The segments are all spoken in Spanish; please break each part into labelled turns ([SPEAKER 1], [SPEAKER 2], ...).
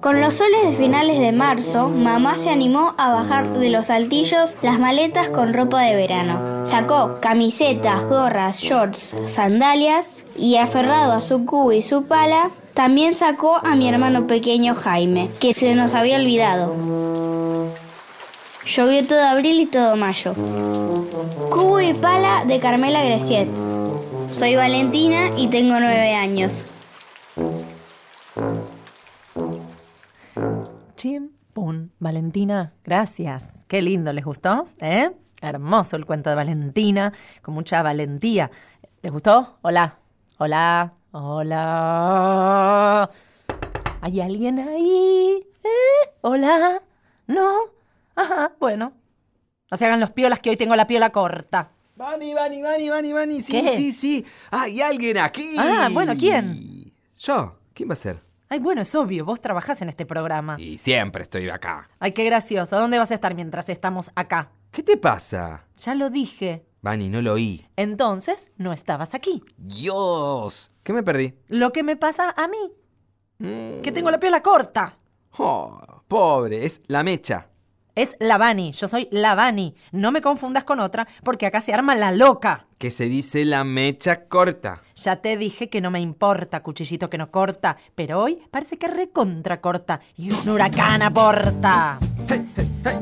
[SPEAKER 1] Con los soles de finales de marzo, mamá se animó a bajar de los altillos las maletas con ropa de verano. Sacó camisetas, gorras, shorts, sandalias y aferrado a su cubo y su pala, también sacó a mi hermano pequeño Jaime, que se nos había olvidado. Llovió todo abril y todo mayo. Cubo y pala de Carmela Greciet. Soy Valentina y tengo nueve años.
[SPEAKER 2] Chim, pum. Valentina, gracias. Qué lindo, ¿les gustó? ¿Eh? Hermoso el cuento de Valentina, con mucha valentía. ¿Les gustó? Hola, hola, hola. ¿Hay alguien ahí? ¿Eh? ¿Hola? ¿No? Ajá, bueno. No se hagan los piolas que hoy tengo la piola corta.
[SPEAKER 3] Vani, Vani, Vani, Vani, Vani, sí,
[SPEAKER 2] ¿Qué?
[SPEAKER 3] sí, sí. Hay alguien aquí.
[SPEAKER 2] Ah, bueno, ¿quién?
[SPEAKER 3] Yo. ¿Quién va a ser?
[SPEAKER 2] Ay, bueno, es obvio, vos trabajás en este programa.
[SPEAKER 3] Y siempre estoy acá.
[SPEAKER 2] Ay, qué gracioso. ¿Dónde vas a estar mientras estamos acá?
[SPEAKER 3] ¿Qué te pasa?
[SPEAKER 2] Ya lo dije.
[SPEAKER 3] Vani, no lo oí.
[SPEAKER 2] Entonces, no estabas aquí.
[SPEAKER 3] Dios. ¿Qué me perdí?
[SPEAKER 2] Lo que me pasa a mí. Que
[SPEAKER 3] Mm.
[SPEAKER 2] tengo la piola corta.
[SPEAKER 3] Oh, pobre, es la mecha.
[SPEAKER 2] Es Lavani, yo soy Lavani. No me confundas con otra, porque acá se arma la loca.
[SPEAKER 3] Que se dice la mecha corta.
[SPEAKER 2] Ya te dije que no me importa, cuchillito que no corta, pero hoy parece que recontra corta y un huracán aporta.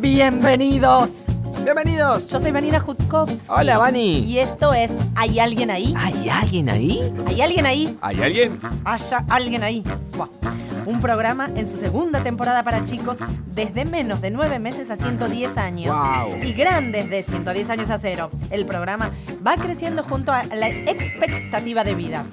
[SPEAKER 2] Bienvenidos.
[SPEAKER 3] ¡Bienvenidos!
[SPEAKER 2] Yo soy Vanina Jutkovsky.
[SPEAKER 3] Hola, Vani.
[SPEAKER 2] Y esto es ¿Hay alguien ahí?
[SPEAKER 3] ¿Hay alguien ahí?
[SPEAKER 2] ¿Hay alguien ahí?
[SPEAKER 3] ¿Hay alguien?
[SPEAKER 2] haya alguien ahí. Buah. Un programa en su segunda temporada para chicos desde menos de 9 meses a 110 años.
[SPEAKER 3] Guau.
[SPEAKER 2] Y grandes de 110 años a cero. El programa va creciendo junto a la expectativa de vida.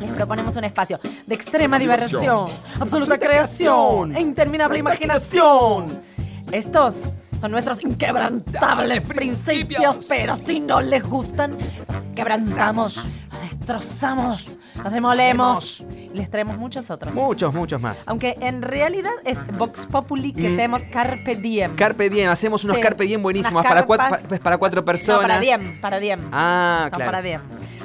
[SPEAKER 2] Les proponemos un espacio de extrema diversión, absoluta creación e interminable imaginación. Estos son nuestros inquebrantables principios, pero si no les gustan, los quebrantamos, los destrozamos, los demolemos. Y les traemos muchos otros.
[SPEAKER 3] Muchos, muchos más.
[SPEAKER 2] Aunque en realidad es Vox Populi que seamos Carpe Diem.
[SPEAKER 3] Carpe diem, hacemos unos
[SPEAKER 2] Sí.
[SPEAKER 3] carpe diem buenísimos
[SPEAKER 2] Unas
[SPEAKER 3] para, cuatro,
[SPEAKER 2] carpas-
[SPEAKER 3] pa- pues para cuatro personas.
[SPEAKER 2] No, para Diem, para Diem.
[SPEAKER 3] Ah,
[SPEAKER 2] Son
[SPEAKER 3] claro.
[SPEAKER 2] para Diem.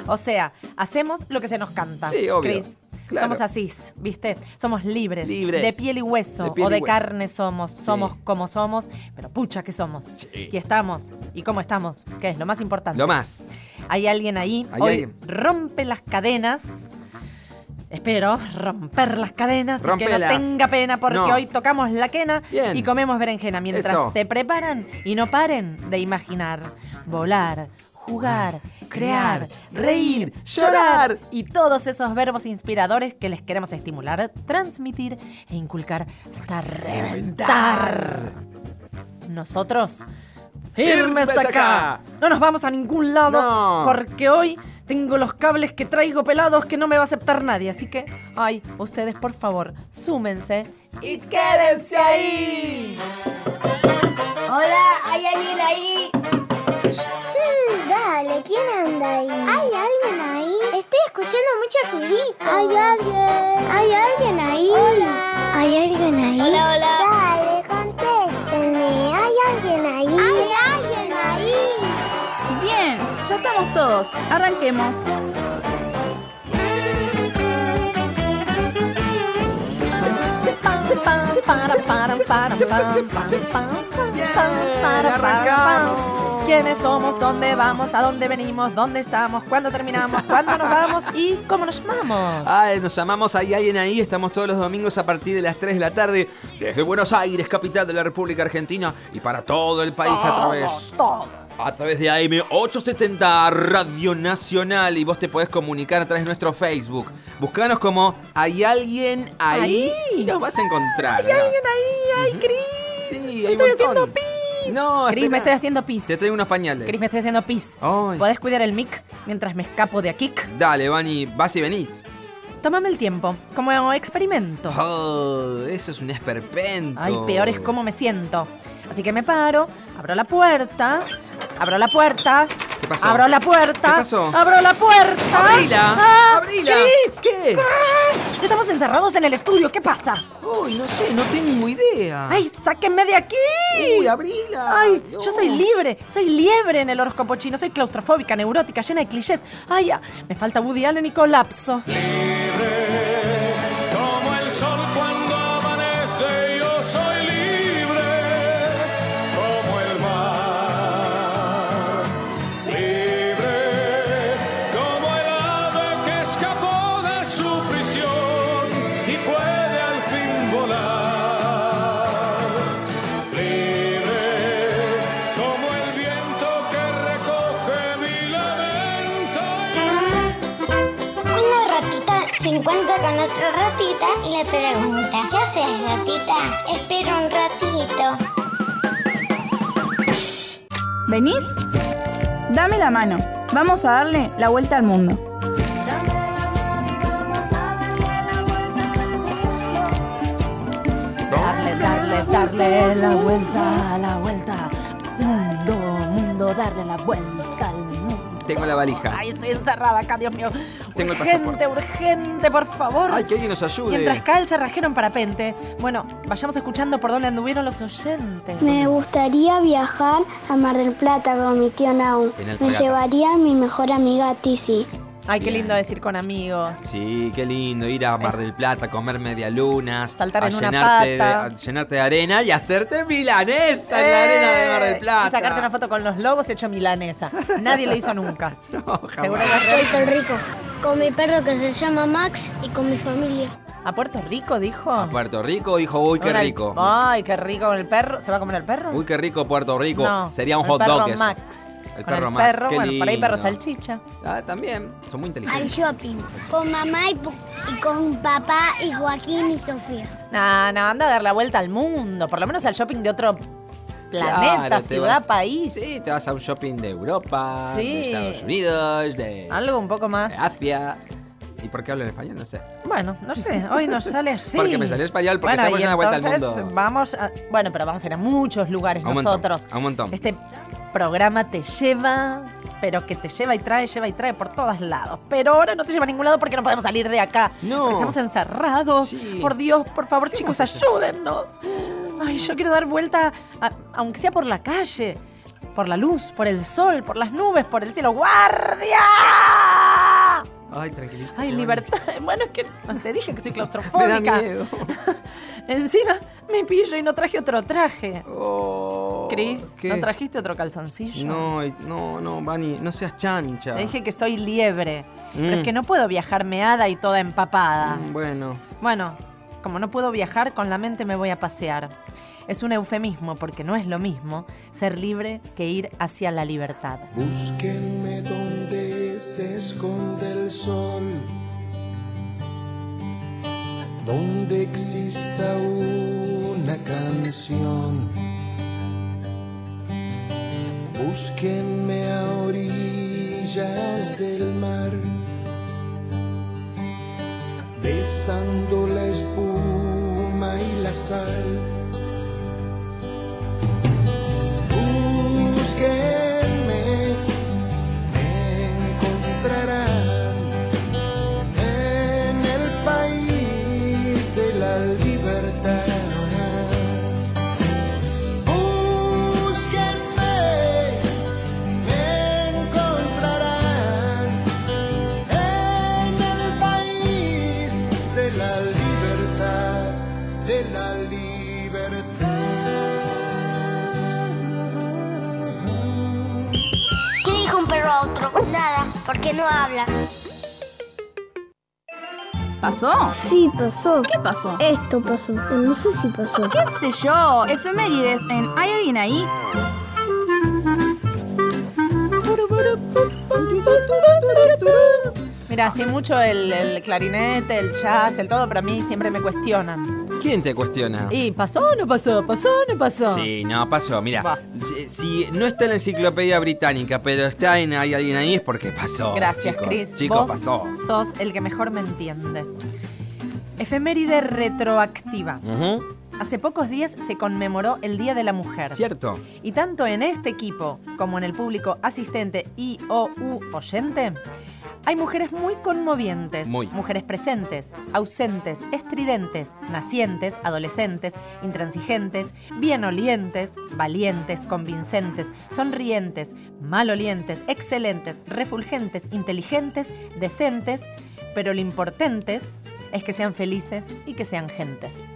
[SPEAKER 2] O sea, hacemos lo que se nos canta.
[SPEAKER 3] Sí, obvio.
[SPEAKER 2] Cris.
[SPEAKER 3] Claro.
[SPEAKER 2] Somos asís, ¿viste? Somos libres,
[SPEAKER 3] Libres.
[SPEAKER 2] de piel y hueso
[SPEAKER 3] De piel
[SPEAKER 2] o
[SPEAKER 3] y
[SPEAKER 2] de
[SPEAKER 3] hueso.
[SPEAKER 2] carne somos, somos como somos, pero pucha que somos. Y estamos, y cómo estamos, que es lo más importante.
[SPEAKER 3] Lo más.
[SPEAKER 2] Hay alguien ahí.
[SPEAKER 3] Hay
[SPEAKER 2] Hoy
[SPEAKER 3] alguien.
[SPEAKER 2] rompe las cadenas. Espero romper las cadenas y que no
[SPEAKER 3] Rompelas.
[SPEAKER 2] tenga pena porque
[SPEAKER 3] No.
[SPEAKER 2] hoy tocamos la quena
[SPEAKER 3] Bien.
[SPEAKER 2] y comemos berenjena mientras
[SPEAKER 3] Eso.
[SPEAKER 2] se preparan y no paren de imaginar, volar, jugar,
[SPEAKER 3] Ah,
[SPEAKER 2] crear, reír, llorar y todos esos verbos inspiradores que les queremos estimular, transmitir e inculcar hasta reventar. Nosotros firmes
[SPEAKER 3] ¡Firmes acá!
[SPEAKER 2] acá. No nos vamos a ningún lado
[SPEAKER 3] No.
[SPEAKER 2] porque hoy tengo los cables que traigo pelados que no me va a aceptar nadie. Así que, ay, ustedes por favor, súmense y quédense ahí.
[SPEAKER 4] Hola, ¿hay alguien ahí?
[SPEAKER 5] Sí, dale, ¿quién anda ahí?
[SPEAKER 4] ¿Hay alguien ahí?
[SPEAKER 5] Estoy escuchando muchos ruiditos.
[SPEAKER 4] ¿Hay alguien? ¿Hay alguien ahí? Hola.
[SPEAKER 5] ¿Hay alguien ahí? Hola,
[SPEAKER 4] hola.
[SPEAKER 5] Dale, contéstenme. ¿Hay alguien ahí?
[SPEAKER 4] ¿Hay alguien ahí?
[SPEAKER 6] Bien, ya estamos todos. Arranquemos.
[SPEAKER 3] arrancamos.
[SPEAKER 2] ¿Quiénes somos? ¿Dónde vamos? ¿A dónde venimos? ¿Dónde estamos? ¿Cuándo terminamos? ¿Cuándo nos vamos? ¿Y cómo nos llamamos?
[SPEAKER 3] Ah, nos llamamos Hay alguien ahí. Estamos todos los domingos a partir de las 3 de la tarde desde Buenos Aires, capital de la República Argentina y para todo el país a través a través de AM 870 Radio Nacional y vos te podés comunicar a través de nuestro Facebook. Buscanos como Hay alguien ahí, y nos vas a encontrar. ¿no?
[SPEAKER 2] ¿Alguien ahí? ¡Ay, Cris!
[SPEAKER 3] Sí, hay un
[SPEAKER 2] ¡Estoy
[SPEAKER 3] montón.
[SPEAKER 2] haciendo pis!
[SPEAKER 3] No,
[SPEAKER 2] Cris, me
[SPEAKER 3] espera.
[SPEAKER 2] estoy haciendo pis.
[SPEAKER 3] Te traigo unos pañales.
[SPEAKER 2] Cris, me estoy haciendo pis.
[SPEAKER 3] Ay.
[SPEAKER 2] ¿Podés cuidar el mic mientras me escapo de aquí?
[SPEAKER 3] Dale, Vani, vas y venís.
[SPEAKER 2] Tómame el tiempo, como experimento.
[SPEAKER 3] Oh, eso es un esperpento.
[SPEAKER 2] Ay, peor es cómo me siento. Así que me paro, abro la puerta, abro la puerta.
[SPEAKER 3] ¿Qué pasó?
[SPEAKER 2] Abro la puerta.
[SPEAKER 3] ¿Qué pasó?
[SPEAKER 2] Abro la puerta.
[SPEAKER 3] ¡Abrila!
[SPEAKER 2] Ah,
[SPEAKER 3] ¡Abrila!
[SPEAKER 2] Cris,
[SPEAKER 3] ¿Qué?
[SPEAKER 2] Cris, Estamos encerrados en el estudio, ¿qué pasa?
[SPEAKER 3] Uy, no sé, no tengo idea.
[SPEAKER 2] ¡Ay, sáquenme de aquí!
[SPEAKER 3] Ah. Uy, abrila.
[SPEAKER 2] ¡Ay,
[SPEAKER 3] No.
[SPEAKER 2] yo soy libre! Soy liebre en el horóscopo chino, soy claustrofóbica, neurótica, llena de clichés. ¡Ay, ah, me falta Woody Allen y colapso!
[SPEAKER 7] Como el sol cuando amanece.
[SPEAKER 5] se encuentra con otra ratita y le pregunta, ¿qué haces ratita? Espera un ratito.
[SPEAKER 6] ¿Venís? Dame la mano. Vamos a darle la vuelta al mundo.
[SPEAKER 2] Darle, darle, darle la vuelta, la vuelta. Mundo, mundo, darle la vuelta al mundo.
[SPEAKER 3] Tengo la valija.
[SPEAKER 2] Ay, estoy encerrada acá, Dios mío.
[SPEAKER 3] Tengo el
[SPEAKER 2] urgente,
[SPEAKER 3] pasaporte.
[SPEAKER 2] urgente, por favor.
[SPEAKER 3] Ay, que alguien nos ayude.
[SPEAKER 2] Mientras cae el cerrajero en parapente, bueno, vayamos escuchando por dónde anduvieron los oyentes.
[SPEAKER 4] Me gustaría viajar a Mar del Plata con mi tío Nau.
[SPEAKER 3] En
[SPEAKER 4] Me
[SPEAKER 3] alpargatas.
[SPEAKER 4] llevaría a mi mejor amiga Tizi.
[SPEAKER 2] Ay, qué lindo decir con amigos.
[SPEAKER 3] Sí, qué lindo ir a Mar del Plata, comer medialunas,
[SPEAKER 2] Saltar
[SPEAKER 3] a
[SPEAKER 2] en una
[SPEAKER 3] llenarte
[SPEAKER 2] pata. Eh,
[SPEAKER 3] De, a llenarte de arena y hacerte milanesa en la arena de Mar del Plata.
[SPEAKER 2] Y sacarte una foto con los lobos hecho milanesa. Nadie lo hizo nunca.
[SPEAKER 3] No, jamás.
[SPEAKER 2] Seguro que es
[SPEAKER 5] Soy
[SPEAKER 2] real.
[SPEAKER 5] tan rico. Con mi perro que se llama Max y con mi familia.
[SPEAKER 2] ¿A Puerto Rico dijo?
[SPEAKER 3] Puerto Rico dijo, uy, qué
[SPEAKER 2] Ahora el-
[SPEAKER 3] rico.
[SPEAKER 2] Ay, qué rico con el perro. ¿Se va a comer el perro?
[SPEAKER 3] Uy, qué rico Puerto Rico.
[SPEAKER 2] No,
[SPEAKER 3] Sería un
[SPEAKER 2] con
[SPEAKER 3] hot
[SPEAKER 2] el
[SPEAKER 3] dog
[SPEAKER 2] Perro
[SPEAKER 3] eso.
[SPEAKER 2] Max.
[SPEAKER 3] El
[SPEAKER 2] Con
[SPEAKER 3] perro Max, qué
[SPEAKER 2] bueno, por ahí perro
[SPEAKER 3] lindo.
[SPEAKER 2] salchicha.
[SPEAKER 3] Ah, también. Son muy
[SPEAKER 5] Al
[SPEAKER 3] inteligentes.
[SPEAKER 5] shopping. Con mamá y, pu- y con papá y Joaquín y Sofía.
[SPEAKER 2] No, no, anda a dar la vuelta al mundo. Por lo menos al shopping de otro planeta,
[SPEAKER 3] Claro, te
[SPEAKER 2] ciudad,
[SPEAKER 3] vas-
[SPEAKER 2] país.
[SPEAKER 3] Sí, te vas a un shopping de Europa, de
[SPEAKER 2] Sí.
[SPEAKER 3] Estados Unidos, de,
[SPEAKER 2] Algo un poco más.
[SPEAKER 3] de Asia. ¿Y por qué hablo en español? No sé.
[SPEAKER 2] Bueno, no sé, hoy nos sale así.
[SPEAKER 3] Porque me salió español, porque estamos
[SPEAKER 2] y
[SPEAKER 3] en la vuelta al
[SPEAKER 2] entonces
[SPEAKER 3] mundo.
[SPEAKER 2] Vamos a- bueno, pero vamos a ir a muchos lugares
[SPEAKER 3] A un montón,
[SPEAKER 2] nosotros.
[SPEAKER 3] a un montón.
[SPEAKER 2] Este programa te lleva, pero que te lleva y trae, lleva y trae por todos lados. Pero ahora no te lleva a ningún lado porque no podemos salir de acá.
[SPEAKER 3] No.
[SPEAKER 2] Porque estamos encerrados.
[SPEAKER 3] Sí.
[SPEAKER 2] Por Dios, por favor, chicos, ayúdennos. Ay, yo quiero dar vuelta, a- aunque sea por la calle, por la luz, por el sol, por las nubes, por el cielo. ¡Guardia!
[SPEAKER 3] Ay, tranquilízate.
[SPEAKER 2] Ay,
[SPEAKER 3] Vani.
[SPEAKER 2] libertad. Bueno, es que no te dije que soy
[SPEAKER 3] Me da
[SPEAKER 2] claustrofóbica.
[SPEAKER 3] miedo.
[SPEAKER 2] Encima me pillo y no traje otro traje.
[SPEAKER 3] Oh,
[SPEAKER 2] Cris,
[SPEAKER 3] ¿qué?
[SPEAKER 2] ¿no trajiste otro calzoncillo?
[SPEAKER 3] No, y- no, no, Vani, no seas chancha.
[SPEAKER 2] Te dije que soy liebre. Pero
[SPEAKER 3] Mm.
[SPEAKER 2] es que no puedo viajar meada y toda empapada.
[SPEAKER 3] Mm, Bueno,
[SPEAKER 2] Bueno, como no puedo viajar, con la mente me voy a pasear. Es un eufemismo porque no es lo mismo ser libre que ir hacia la libertad.
[SPEAKER 7] Búsquenme donde se esconde el sol, donde exista una canción. Búsquenme a orillas del mar, besando la espuma y la sal. Búsquenme, me encontrarán en el país de la libertad. Búsquenme, me encontrarán en el país de la libertad, de la libertad.
[SPEAKER 5] ¿Qué dijo un perro a otro? Nada, porque no habla.
[SPEAKER 6] ¿Pasó?
[SPEAKER 4] Sí, pasó.
[SPEAKER 6] ¿Qué pasó?
[SPEAKER 4] Esto pasó. No sé si pasó.
[SPEAKER 6] ¿Qué sé yo? Efemérides en ¿Hay alguien ahí?
[SPEAKER 2] Mira, hace mucho el, el clarinete, el jazz, el todo, pero a mí siempre me cuestionan.
[SPEAKER 3] ¿quién te cuestiona?
[SPEAKER 2] ¿Y pasó o no pasó? ¿Pasó o no pasó?
[SPEAKER 3] Sí, no, pasó. Mira,
[SPEAKER 2] Va.
[SPEAKER 3] si, si no está en la enciclopedia británica, pero está en Hay alguien ahí, es porque pasó.
[SPEAKER 2] Gracias,
[SPEAKER 3] chicos.
[SPEAKER 2] Chris.
[SPEAKER 3] Chicos,
[SPEAKER 2] Vos
[SPEAKER 3] pasó.
[SPEAKER 2] sos el que mejor me entiende. Efeméride retroactiva.
[SPEAKER 3] Ujú,
[SPEAKER 2] Hace pocos días se conmemoró el Día de la Mujer.
[SPEAKER 3] ¿Cierto?
[SPEAKER 2] Y tanto en este equipo como en el público asistente y o u oyente, hay mujeres muy conmovientes.
[SPEAKER 3] Muy.
[SPEAKER 2] Mujeres presentes, ausentes, estridentes, nacientes, adolescentes, intransigentes, bienolientes, valientes, convincentes, sonrientes, malolientes, excelentes, refulgentes, inteligentes, decentes, pero lo importante es que sean felices y que sean gentes.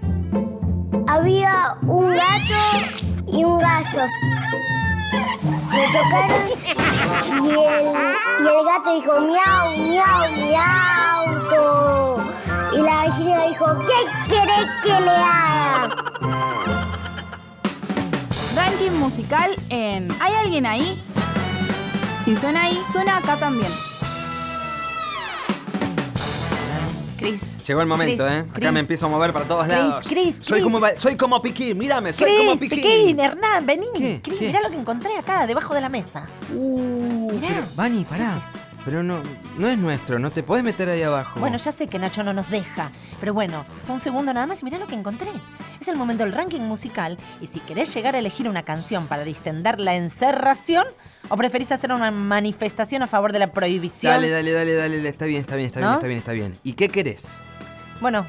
[SPEAKER 5] Había un gato y un gallo. Me tocaron y el, y el gato dijo miau, miau, miau. to". Y la gallina dijo, ¿qué querés que le haga?
[SPEAKER 6] Eh, Ranking musical en ¿Hay alguien ahí? Si suena ahí, suena acá también.
[SPEAKER 2] Cris.
[SPEAKER 3] Llegó el momento,
[SPEAKER 2] Cris,
[SPEAKER 3] ¿eh? Acá
[SPEAKER 2] Cris.
[SPEAKER 3] me empiezo a mover para todos
[SPEAKER 2] Cris,
[SPEAKER 3] lados.
[SPEAKER 2] Cris,
[SPEAKER 3] soy
[SPEAKER 2] Cris.
[SPEAKER 3] como ba- soy como Piquín, mírame, soy como
[SPEAKER 2] Cris,
[SPEAKER 3] Piquín.
[SPEAKER 2] Piquín, Hernán, vení.
[SPEAKER 3] ¿Qué?
[SPEAKER 2] Cris,
[SPEAKER 3] ¿Qué?
[SPEAKER 2] mirá lo que encontré acá, debajo de la mesa.
[SPEAKER 3] Uh,
[SPEAKER 2] Mirá.
[SPEAKER 3] pero, Vani, pará.
[SPEAKER 2] ¿Qué es esto?
[SPEAKER 3] pero no no es nuestro, no te podés meter ahí abajo.
[SPEAKER 2] Bueno, ya sé que Nacho no nos deja, pero bueno, fue un segundo nada más y mirá lo que encontré. Es el momento del ranking musical y si querés llegar a elegir una canción para distender la encerración o preferís hacer una manifestación a favor de la prohibición.
[SPEAKER 3] Dale, dale, dale, dale, dale, está bien, está bien, está bien,
[SPEAKER 2] ¿No?
[SPEAKER 3] está bien, está bien. ¿Y qué querés?
[SPEAKER 2] Bueno,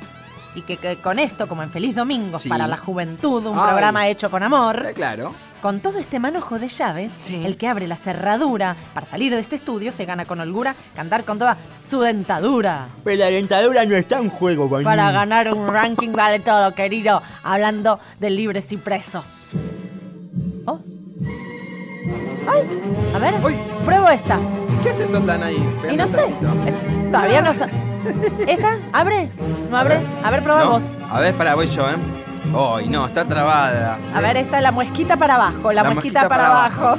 [SPEAKER 2] y que, que con esto, como en Feliz Domingo
[SPEAKER 3] Sí.
[SPEAKER 2] para la Juventud, un
[SPEAKER 3] Ay.
[SPEAKER 2] programa hecho con amor,
[SPEAKER 3] Eh, claro.
[SPEAKER 2] con todo este manojo de llaves,
[SPEAKER 3] Sí.
[SPEAKER 2] el que abre la cerradura para salir de este estudio se gana con holgura cantar con toda su dentadura.
[SPEAKER 8] Pero la dentadura no está en juego, Vani.
[SPEAKER 2] Para ganar un ranking vale todo, querido. Hablando de libres y presos. Oh. ¡Ay! A ver,
[SPEAKER 3] Uy.
[SPEAKER 2] pruebo esta.
[SPEAKER 3] ¿Qué haces soltando ahí?
[SPEAKER 2] Y
[SPEAKER 3] Pegando
[SPEAKER 2] no
[SPEAKER 3] un
[SPEAKER 2] sé.
[SPEAKER 3] tapito.
[SPEAKER 2] eh, Todavía no sé. ¿Esta? ¿Abre? ¿No abre? A ver, probá
[SPEAKER 3] ¿No?
[SPEAKER 2] vos.
[SPEAKER 3] A ver, pará, voy yo, ¿eh? Ay, no, está trabada.
[SPEAKER 2] A ver, esta es la muesquita para abajo. La,
[SPEAKER 3] La
[SPEAKER 2] muesquita,
[SPEAKER 3] muesquita
[SPEAKER 2] para,
[SPEAKER 3] para
[SPEAKER 2] abajo.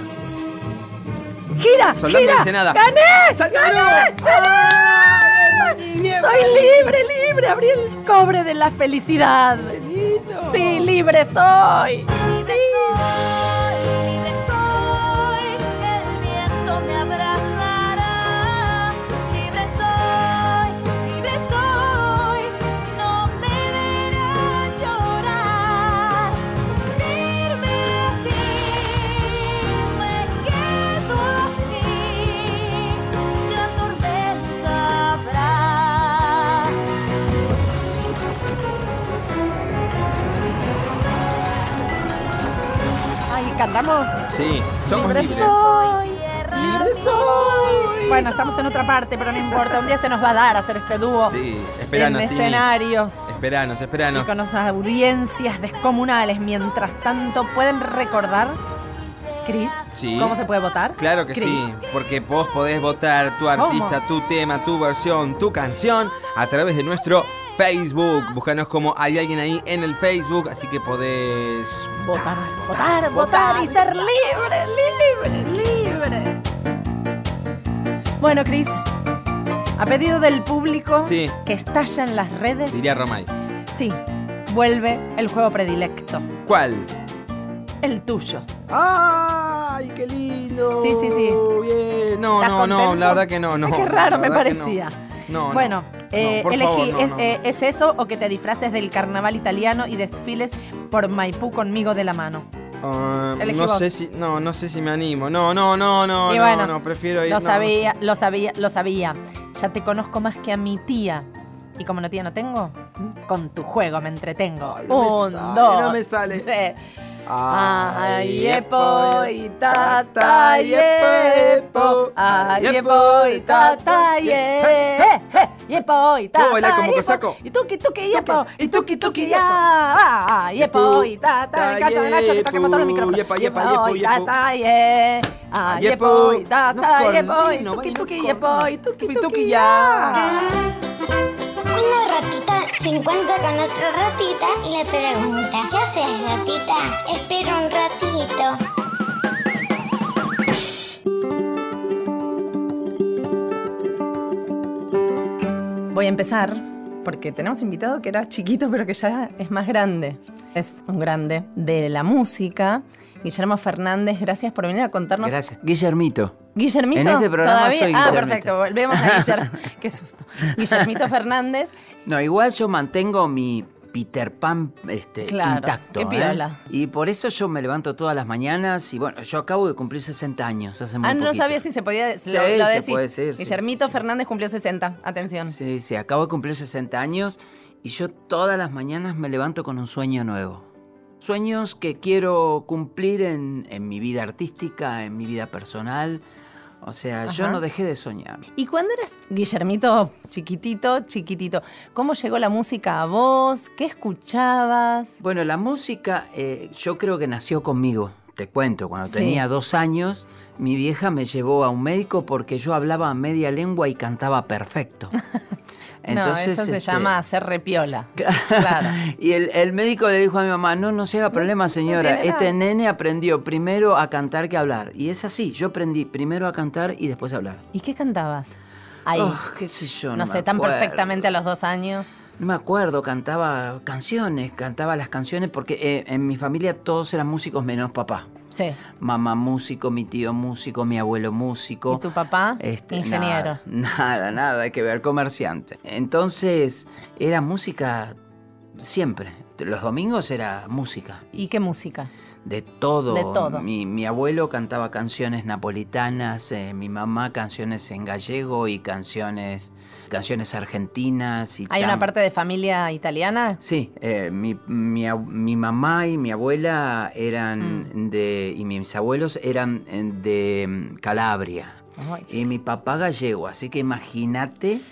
[SPEAKER 2] ¡Gira!
[SPEAKER 3] Soldado
[SPEAKER 2] ah, gira.
[SPEAKER 3] no Eh, dice nada.
[SPEAKER 2] ¡Gané!
[SPEAKER 3] ¡Saltaron!
[SPEAKER 2] ¡Gané! ¡Gané! ¡Soy libre, libre! ¡Abrí el cobre de la felicidad!
[SPEAKER 3] ¡Qué lindo!
[SPEAKER 2] ¡Sí, libre soy! ¡Sí!
[SPEAKER 4] Libre soy, el viento me abrazará. Libre soy, libre soy, no me verá llorar. Firme así, me quedo aquí. Gran tormenta habrá.
[SPEAKER 2] Ay, cantamos.
[SPEAKER 3] Sí, somos
[SPEAKER 2] Libre
[SPEAKER 3] libres.
[SPEAKER 2] soy.
[SPEAKER 3] ¡Libre soy!
[SPEAKER 2] Bueno, estamos en otra parte, pero no importa. Un día se nos va a dar hacer este dúo
[SPEAKER 3] Sí, esperanos,
[SPEAKER 2] en
[SPEAKER 3] Tini.
[SPEAKER 2] escenarios.
[SPEAKER 3] Esperanos,
[SPEAKER 2] Y
[SPEAKER 3] esperanos.
[SPEAKER 2] con unas audiencias descomunales. Mientras tanto, ¿pueden recordar, Cris,
[SPEAKER 3] Sí.
[SPEAKER 2] cómo se puede votar?
[SPEAKER 3] Claro que
[SPEAKER 2] Cris.
[SPEAKER 3] sí, porque vos podés votar tu
[SPEAKER 2] ¿Cómo?
[SPEAKER 3] artista, tu tema, tu versión, tu canción a través de nuestro Facebook. Búscanos como hay alguien ahí en el Facebook, así que podés
[SPEAKER 2] Votar, votar, votar y ser libre, libre, libre. Bueno, Cris, a pedido del público
[SPEAKER 3] Sí.
[SPEAKER 2] que estalla en las redes,
[SPEAKER 3] Diría Romay.
[SPEAKER 2] Sí, vuelve el juego predilecto,
[SPEAKER 3] ¿Cuál?
[SPEAKER 2] el tuyo.
[SPEAKER 3] ¡Ay, qué lindo!
[SPEAKER 2] Sí, sí, sí.
[SPEAKER 3] Bien. No,
[SPEAKER 2] ¿Estás
[SPEAKER 3] no, no,
[SPEAKER 2] contento?
[SPEAKER 3] la verdad que no, no.
[SPEAKER 2] Qué raro
[SPEAKER 3] la
[SPEAKER 2] me
[SPEAKER 3] verdad que no.
[SPEAKER 2] parecía.
[SPEAKER 3] No, no.
[SPEAKER 2] bueno, eh,
[SPEAKER 3] No, por
[SPEAKER 2] elegí,
[SPEAKER 3] favor, no,
[SPEAKER 2] es,
[SPEAKER 3] no.
[SPEAKER 2] eh, ¿es eso o que te disfraces del carnaval italiano y desfiles por Maipú conmigo de la mano?
[SPEAKER 3] Ah,
[SPEAKER 2] elegí
[SPEAKER 3] no
[SPEAKER 2] vos.
[SPEAKER 3] sé si no, no sé si me animo. No, no, no, no,
[SPEAKER 2] Y
[SPEAKER 3] no,
[SPEAKER 2] bueno,
[SPEAKER 3] no, prefiero ir
[SPEAKER 2] lo
[SPEAKER 3] no, no
[SPEAKER 2] sabía, lo sabía, lo sabía. Ya te conozco más que a mi tía. Y como no tía no tengo, con tu juego me entretengo.
[SPEAKER 3] ¿Mm? Ay, no me
[SPEAKER 2] Un,
[SPEAKER 3] sale,
[SPEAKER 2] dos,
[SPEAKER 3] no me sale.
[SPEAKER 2] tres.
[SPEAKER 3] sé.
[SPEAKER 2] Ay, epo y tata y epo. Ay, epo y tata y eh, eh, y epo y
[SPEAKER 3] Puedo
[SPEAKER 2] tata.
[SPEAKER 3] bailar como
[SPEAKER 2] y epo.
[SPEAKER 3] cosaco.
[SPEAKER 2] Y tuki tuki y epo.
[SPEAKER 3] Tuki, y tuki, tuki, y epo.
[SPEAKER 2] ya. Ay, epo y tata.
[SPEAKER 3] Tata,
[SPEAKER 2] El cacho de Nacho que toque por todos los micrófonos.
[SPEAKER 3] yepa, yepa, yepo,
[SPEAKER 2] y
[SPEAKER 3] yepo.
[SPEAKER 2] tata y eh. Ay, epo y tata y epo. Y tuki tuki y epo. Y tuki tuki ya.
[SPEAKER 5] Una ratita se encuentra con otra ratita y le pregunta, ¿qué haces ratita? Espera un ratito.
[SPEAKER 2] Voy a empezar porque tenemos invitado que era chiquito, pero que ya es más grande. Es un grande de la música. Guillermo Fernández, gracias por venir a contarnos.
[SPEAKER 9] Gracias. Guillermito.
[SPEAKER 2] Guillermito.
[SPEAKER 9] En este programa
[SPEAKER 2] ¿Todavía?
[SPEAKER 9] soy
[SPEAKER 2] Ah,
[SPEAKER 9] Guillermito.
[SPEAKER 2] perfecto. Volvemos a Guillermo. Qué susto. Guillermito Fernández.
[SPEAKER 9] No, igual yo mantengo mi Peter Pan este,
[SPEAKER 2] Claro,
[SPEAKER 9] intacto.
[SPEAKER 2] qué
[SPEAKER 9] ¿eh?
[SPEAKER 2] piola.
[SPEAKER 9] Y por eso yo me levanto todas las mañanas y bueno, yo acabo de cumplir 60 años hace muy
[SPEAKER 2] Ah, no
[SPEAKER 9] poquito.
[SPEAKER 2] sabía si se podía decir.
[SPEAKER 9] Sí,
[SPEAKER 2] lo, lo
[SPEAKER 9] se
[SPEAKER 2] decís.
[SPEAKER 9] puede decir, sí,
[SPEAKER 2] Guillermito
[SPEAKER 9] sí, sí.
[SPEAKER 2] Fernández cumplió 60. Atención.
[SPEAKER 9] Sí, sí, acabo de cumplir 60 años y yo todas las mañanas me levanto con un sueño nuevo. Sueños que quiero cumplir en, en mi vida artística, en mi vida personal. O sea, yo
[SPEAKER 2] Ajá.
[SPEAKER 9] no dejé de soñar.
[SPEAKER 2] ¿Y cuándo eras Guillermito chiquitito, chiquitito? ¿Cómo llegó la música a vos? ¿Qué escuchabas?
[SPEAKER 9] Bueno, la música eh, yo creo que nació conmigo. Te cuento, cuando
[SPEAKER 2] Sí.
[SPEAKER 9] tenía dos años, mi vieja me llevó a un médico porque yo hablaba media lengua y cantaba perfecto.
[SPEAKER 2] no, eso se
[SPEAKER 9] este,
[SPEAKER 2] llama hacer repiola. Claro.
[SPEAKER 9] Y el, el médico le dijo a mi mamá, no, no se haga problema señora,
[SPEAKER 2] tiene
[SPEAKER 9] este nene aprendió primero a cantar que a hablar. Y es así, yo aprendí primero a cantar y después a hablar.
[SPEAKER 2] ¿Y qué cantabas? Ahí.
[SPEAKER 9] Oh, qué sé yo, no
[SPEAKER 2] no
[SPEAKER 9] me
[SPEAKER 2] sé, tan
[SPEAKER 9] acuerdo.
[SPEAKER 2] perfectamente a los dos años.
[SPEAKER 9] No me acuerdo, cantaba canciones, cantaba las canciones, porque eh, en mi familia todos eran músicos menos papá.
[SPEAKER 2] Sí.
[SPEAKER 9] Mamá músico, mi tío músico, mi abuelo músico.
[SPEAKER 2] ¿Y tu papá?
[SPEAKER 9] Este,
[SPEAKER 2] Ingeniero.
[SPEAKER 9] Nada, nada, nada que ver, comerciante. Entonces, era música siempre. Los domingos era música.
[SPEAKER 2] ¿Y qué música?
[SPEAKER 9] De todo.
[SPEAKER 2] De todo.
[SPEAKER 9] Mi, mi abuelo cantaba canciones napolitanas, eh, mi mamá canciones en gallego y canciones, canciones argentinas. Y
[SPEAKER 2] ¿Hay una
[SPEAKER 9] tam-
[SPEAKER 2] parte de familia italiana?
[SPEAKER 9] Sí, eh, mi, mi ab- mi mamá y mi abuela
[SPEAKER 2] Mm.
[SPEAKER 9] eran de. y mis abuelos eran eh, de mm, Calabria.
[SPEAKER 2] Ay.
[SPEAKER 9] Y mi papá gallego, así que imagínate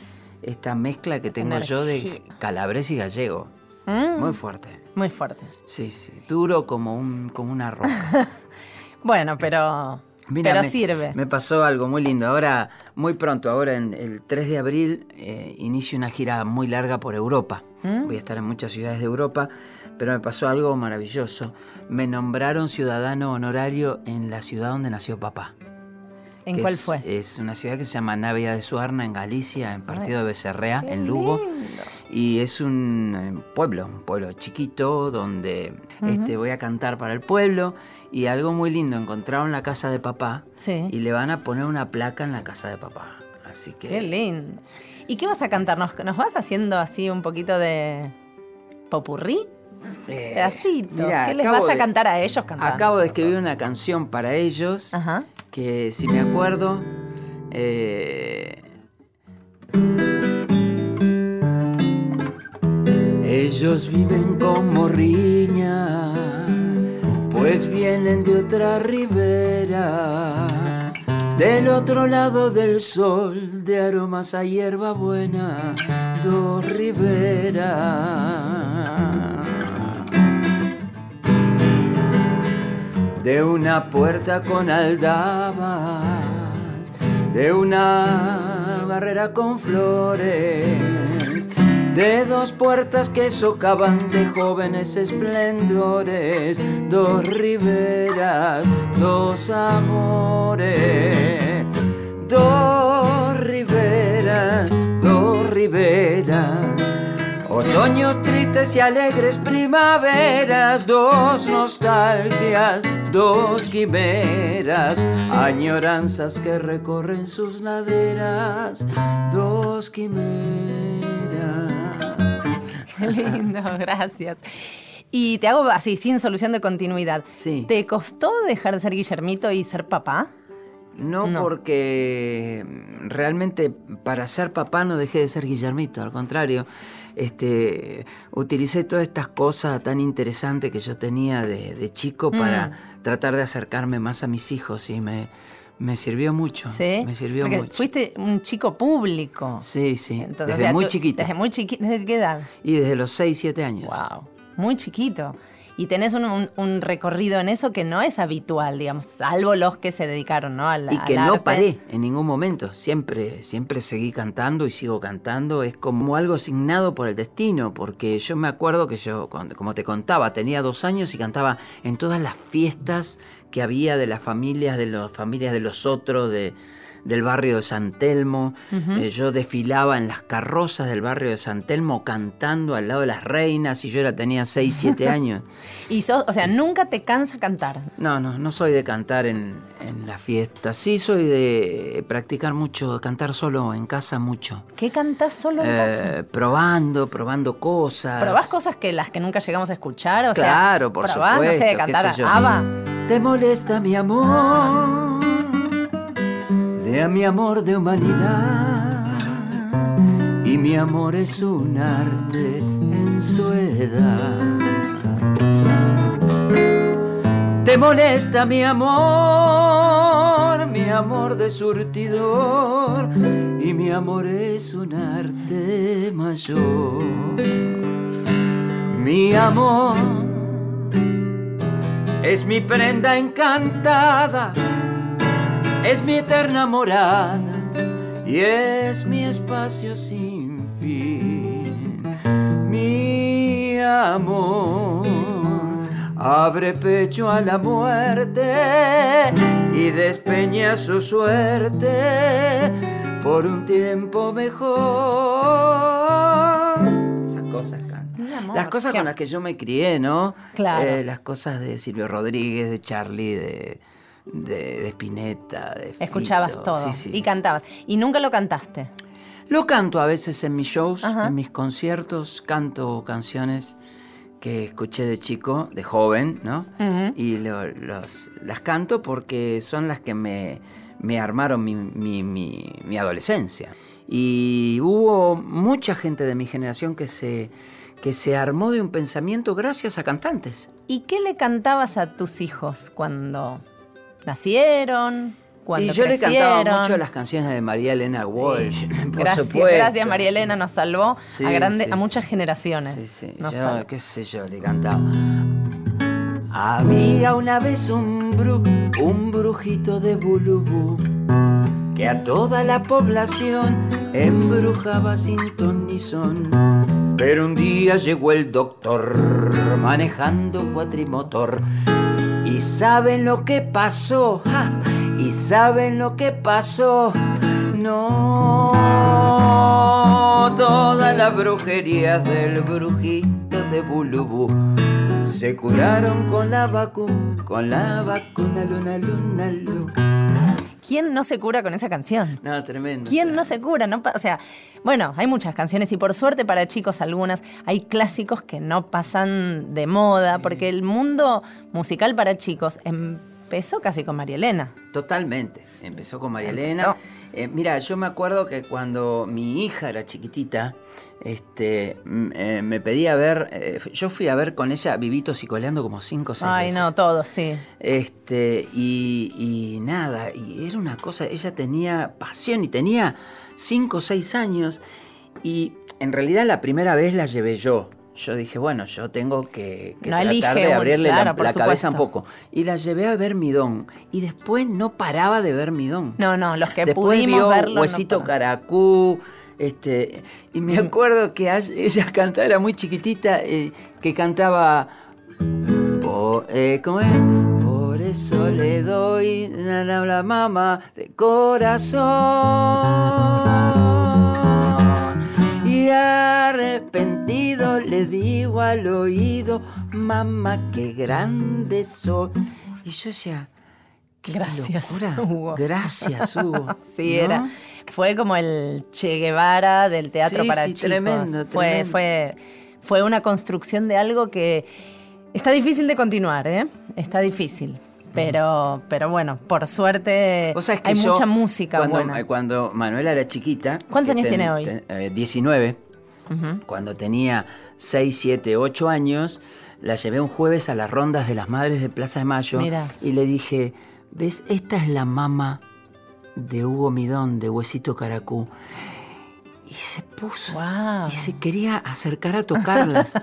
[SPEAKER 9] esta mezcla que tengo yo de
[SPEAKER 2] Energía.
[SPEAKER 9] calabres y gallego.
[SPEAKER 2] Mm,
[SPEAKER 9] Muy fuerte.
[SPEAKER 2] muy fuerte.
[SPEAKER 9] Sí, sí. Duro como, un, como una roca.
[SPEAKER 2] Bueno, pero.
[SPEAKER 9] Mira,
[SPEAKER 2] pero
[SPEAKER 9] me-
[SPEAKER 2] sirve.
[SPEAKER 9] Me pasó algo muy lindo. Ahora, muy pronto, ahora en el 3 de abril, eh, inicio una gira muy larga por Europa.
[SPEAKER 2] ¿Mm?
[SPEAKER 9] Voy a estar en muchas ciudades de Europa, pero me pasó algo maravilloso. Me nombraron ciudadano honorario en la ciudad donde nació papá.
[SPEAKER 2] ¿En
[SPEAKER 9] que
[SPEAKER 2] cuál
[SPEAKER 9] es-
[SPEAKER 2] fue?
[SPEAKER 9] Es una ciudad que se llama Navia de Suarna, en Galicia, en partido de Becerrea, en Lugo.
[SPEAKER 2] Lindo.
[SPEAKER 9] Y es un eh, pueblo, un pueblo chiquito donde este, voy a cantar para el pueblo. Y algo muy lindo, encontraron la casa de papá
[SPEAKER 2] Sí.
[SPEAKER 9] y le van a poner una placa en la casa de papá. Así que...
[SPEAKER 2] Qué lindo. ¿Y qué vas a cantar? ¿Nos, nos vas haciendo así un poquito de popurrí?
[SPEAKER 9] eh,
[SPEAKER 2] Pedacitos.
[SPEAKER 9] mirá,
[SPEAKER 2] ¿Qué les
[SPEAKER 9] acabo
[SPEAKER 2] vas a
[SPEAKER 9] de-
[SPEAKER 2] cantar a ellos cantando?
[SPEAKER 9] Acabo de escribir una canción para ellos
[SPEAKER 2] Ajá.
[SPEAKER 9] que, si me acuerdo, eh, Ellos viven como riña, pues vienen de otra ribera, del otro lado del sol, de aromas a hierba buena, dos riberas. de una puerta con aldabas, de una barrera con flores, de dos puertas que socavan de jóvenes esplendores, dos riberas, dos amores, dos riberas, dos riberas. Otoños tristes y alegres, primaveras, dos nostalgias, dos quimeras, añoranzas que recorren sus laderas, dos quimeras.
[SPEAKER 2] Qué lindo, gracias. Y te hago así, sin solución de continuidad.
[SPEAKER 9] Sí.
[SPEAKER 2] ¿Te costó dejar de ser Guillermito y ser papá?
[SPEAKER 9] No,
[SPEAKER 2] No.
[SPEAKER 9] porque realmente para ser papá no dejé de ser Guillermito, al contrario. Este, utilicé todas estas cosas tan interesantes que yo tenía de, de chico
[SPEAKER 2] Mm.
[SPEAKER 9] para tratar de acercarme más a mis hijos y me, me sirvió mucho.
[SPEAKER 2] Sí.
[SPEAKER 9] Me sirvió
[SPEAKER 2] Porque
[SPEAKER 9] mucho.
[SPEAKER 2] fuiste un chico público.
[SPEAKER 9] Sí, sí.
[SPEAKER 2] Entonces,
[SPEAKER 9] desde
[SPEAKER 2] o sea,
[SPEAKER 9] muy
[SPEAKER 2] tú-
[SPEAKER 9] chiquito.
[SPEAKER 2] Desde muy chiquito. ¿Desde qué edad?
[SPEAKER 9] Y desde los 6, 7 años.
[SPEAKER 2] Wow. Muy chiquito. Y tenés un, un- un recorrido en eso que no es habitual, digamos, salvo los que se dedicaron, ¿no? Al,
[SPEAKER 9] Y que
[SPEAKER 2] al
[SPEAKER 9] no
[SPEAKER 2] arte.
[SPEAKER 9] paré en ningún momento. Siempre, siempre seguí cantando y sigo cantando. Es como algo asignado por el destino, porque yo me acuerdo que yo, cuando- como te contaba, tenía dos años y cantaba en todas las fiestas que había de las familias, de las familias de los otros, de, del barrio de San Telmo. Eh, yo desfilaba en las carrozas del barrio de San Telmo cantando al lado de las reinas y yo era, tenía 6, 7 años.
[SPEAKER 2] Y sos, o sea, nunca te cansa cantar.
[SPEAKER 9] No, no, no soy de cantar en, en la fiesta. Sí soy de practicar mucho, cantar solo en casa mucho.
[SPEAKER 2] ¿Qué cantás solo en casa?
[SPEAKER 9] Eh, probando, probando cosas.
[SPEAKER 2] ¿Probás cosas que las que nunca llegamos a escuchar? O sea,
[SPEAKER 9] Claro, por
[SPEAKER 2] probás,
[SPEAKER 9] supuesto.
[SPEAKER 2] no sé,
[SPEAKER 9] qué
[SPEAKER 2] cantar
[SPEAKER 9] sé yo.
[SPEAKER 2] a ABBA.
[SPEAKER 9] Te molesta mi amor, de a mi amor de humanidad, y mi amor es un arte en su edad. Te molesta mi amor, mi amor de surtidor, y mi amor es un arte mayor. Mi amor es mi prenda encantada, es mi eterna morada y es mi espacio sin fin. Mi amor abre pecho a la muerte y despeña su suerte por un tiempo mejor. Esas cosas cantan.
[SPEAKER 2] Mi amor,
[SPEAKER 9] Las cosas con
[SPEAKER 2] qué-
[SPEAKER 9] las que yo me crié, ¿no?
[SPEAKER 2] Claro.
[SPEAKER 9] Eh, las cosas de Silvio Rodríguez, de Charlie, de, de, de Spinetta, de Fito.
[SPEAKER 2] Escuchabas todo
[SPEAKER 9] Sí, sí.
[SPEAKER 2] y cantabas. Y nunca lo cantaste.
[SPEAKER 9] Lo canto a veces en mis shows,
[SPEAKER 2] Ajá.
[SPEAKER 9] en mis conciertos, canto canciones que escuché de chico, de joven, ¿no?
[SPEAKER 2] Ujú.
[SPEAKER 9] Y lo- los- las canto porque son las que me, me armaron mi, mi- mi- mi adolescencia. Y hubo mucha gente de mi generación que se, que se armó de un pensamiento gracias a cantantes.
[SPEAKER 2] ¿Y qué le cantabas a tus hijos cuando nacieron? Cuando
[SPEAKER 9] y yo le cantaba
[SPEAKER 2] crecieron?
[SPEAKER 9] mucho las canciones de María Elena Walsh, por
[SPEAKER 2] gracias,
[SPEAKER 9] supuesto.
[SPEAKER 2] gracias María Elena, nos salvó
[SPEAKER 9] Sí,
[SPEAKER 2] a, grande,
[SPEAKER 9] sí,
[SPEAKER 2] a
[SPEAKER 9] sí.
[SPEAKER 2] muchas generaciones.
[SPEAKER 9] Sí, sí,
[SPEAKER 2] Nos
[SPEAKER 9] yo,
[SPEAKER 2] salvó.
[SPEAKER 9] qué sé yo, le cantaba. Había una vez un bru, un brujito de bulubú que a toda la población embrujaba sin ton ni son. Pero un día llegó el doctor manejando cuatrimotor y saben lo que pasó, ¡Ja! y saben lo que pasó. No, todas las brujerías del brujito de Bulubú se curaron con la vacuna, con la vacuna luna luna luna.
[SPEAKER 2] ¿Quién no se cura con esa canción?
[SPEAKER 9] No, tremendo.
[SPEAKER 2] ¿Quién no se cura? No pa- o sea, bueno, hay muchas canciones y por suerte para chicos algunas, hay clásicos que no pasan de moda, porque el mundo musical para chicos empezó casi con María Elena.
[SPEAKER 9] Totalmente. Empezó con María Elena.
[SPEAKER 2] Empezó.
[SPEAKER 9] Eh, mira, yo me acuerdo que cuando mi hija era chiquitita, este, mm, eh, me pedía ver, eh, yo fui a ver con ella Vivitos y Coleando como cinco o seis
[SPEAKER 2] Ay,
[SPEAKER 9] veces.
[SPEAKER 2] no, todo, sí.
[SPEAKER 9] Este, y, y nada, y era una cosa, ella tenía pasión y tenía 5 o 6 años. Y en realidad la primera vez la llevé yo. Yo dije, bueno, yo tengo que, que
[SPEAKER 2] No
[SPEAKER 9] tratar
[SPEAKER 2] elige
[SPEAKER 9] de
[SPEAKER 2] un-
[SPEAKER 9] abrirle la-
[SPEAKER 2] claro,
[SPEAKER 9] la,
[SPEAKER 2] por
[SPEAKER 9] cabeza
[SPEAKER 2] supuesto.
[SPEAKER 9] un poco. Y la llevé a ver Midón. Y después no paraba de ver Midón.
[SPEAKER 2] No, no, los que
[SPEAKER 9] Después
[SPEAKER 2] pudimos
[SPEAKER 9] vio
[SPEAKER 2] verlo. no
[SPEAKER 9] Huesito
[SPEAKER 2] para-
[SPEAKER 9] Caracú. Este, y me
[SPEAKER 2] Mm.
[SPEAKER 9] acuerdo que a- ella cantaba, era muy chiquitita, eh, que cantaba. "Po- eh, ¿Cómo es? Por eso le doy la, la, la mama de corazón. Y arrepentido le digo al oído, mamá, qué grande soy. Y yo decía, qué
[SPEAKER 2] Gracias,
[SPEAKER 9] locura.
[SPEAKER 2] Hugo.
[SPEAKER 9] Gracias, Hugo.
[SPEAKER 2] Sí,
[SPEAKER 9] ¿No?
[SPEAKER 2] era. Fue como el Che Guevara del teatro
[SPEAKER 9] Sí,
[SPEAKER 2] para
[SPEAKER 9] sí,
[SPEAKER 2] chicos.
[SPEAKER 9] tremendo,
[SPEAKER 2] fue,
[SPEAKER 9] tremendo.
[SPEAKER 2] Fue, fue una construcción de algo que está difícil de continuar, ¿eh? Está difícil. Pero, pero bueno, por suerte
[SPEAKER 9] Vos sabés que
[SPEAKER 2] hay
[SPEAKER 9] yo,
[SPEAKER 2] mucha música
[SPEAKER 9] cuando,
[SPEAKER 2] buena.
[SPEAKER 9] eh, Cuando Manuela era chiquita.
[SPEAKER 2] ¿Cuántos
[SPEAKER 9] que
[SPEAKER 2] años tiene hoy?
[SPEAKER 9] eh, 19.
[SPEAKER 2] Ujú.
[SPEAKER 9] Cuando tenía 6, 7, 8 años, la llevé un jueves a las rondas de las madres de Plaza de Mayo.
[SPEAKER 2] Mirá.
[SPEAKER 9] Y le dije: ¿Ves? Esta es la mamá de Hugo Midón, de Huesito Caracú. Y se puso.
[SPEAKER 2] Guau.
[SPEAKER 9] Y se quería acercar a tocarlas.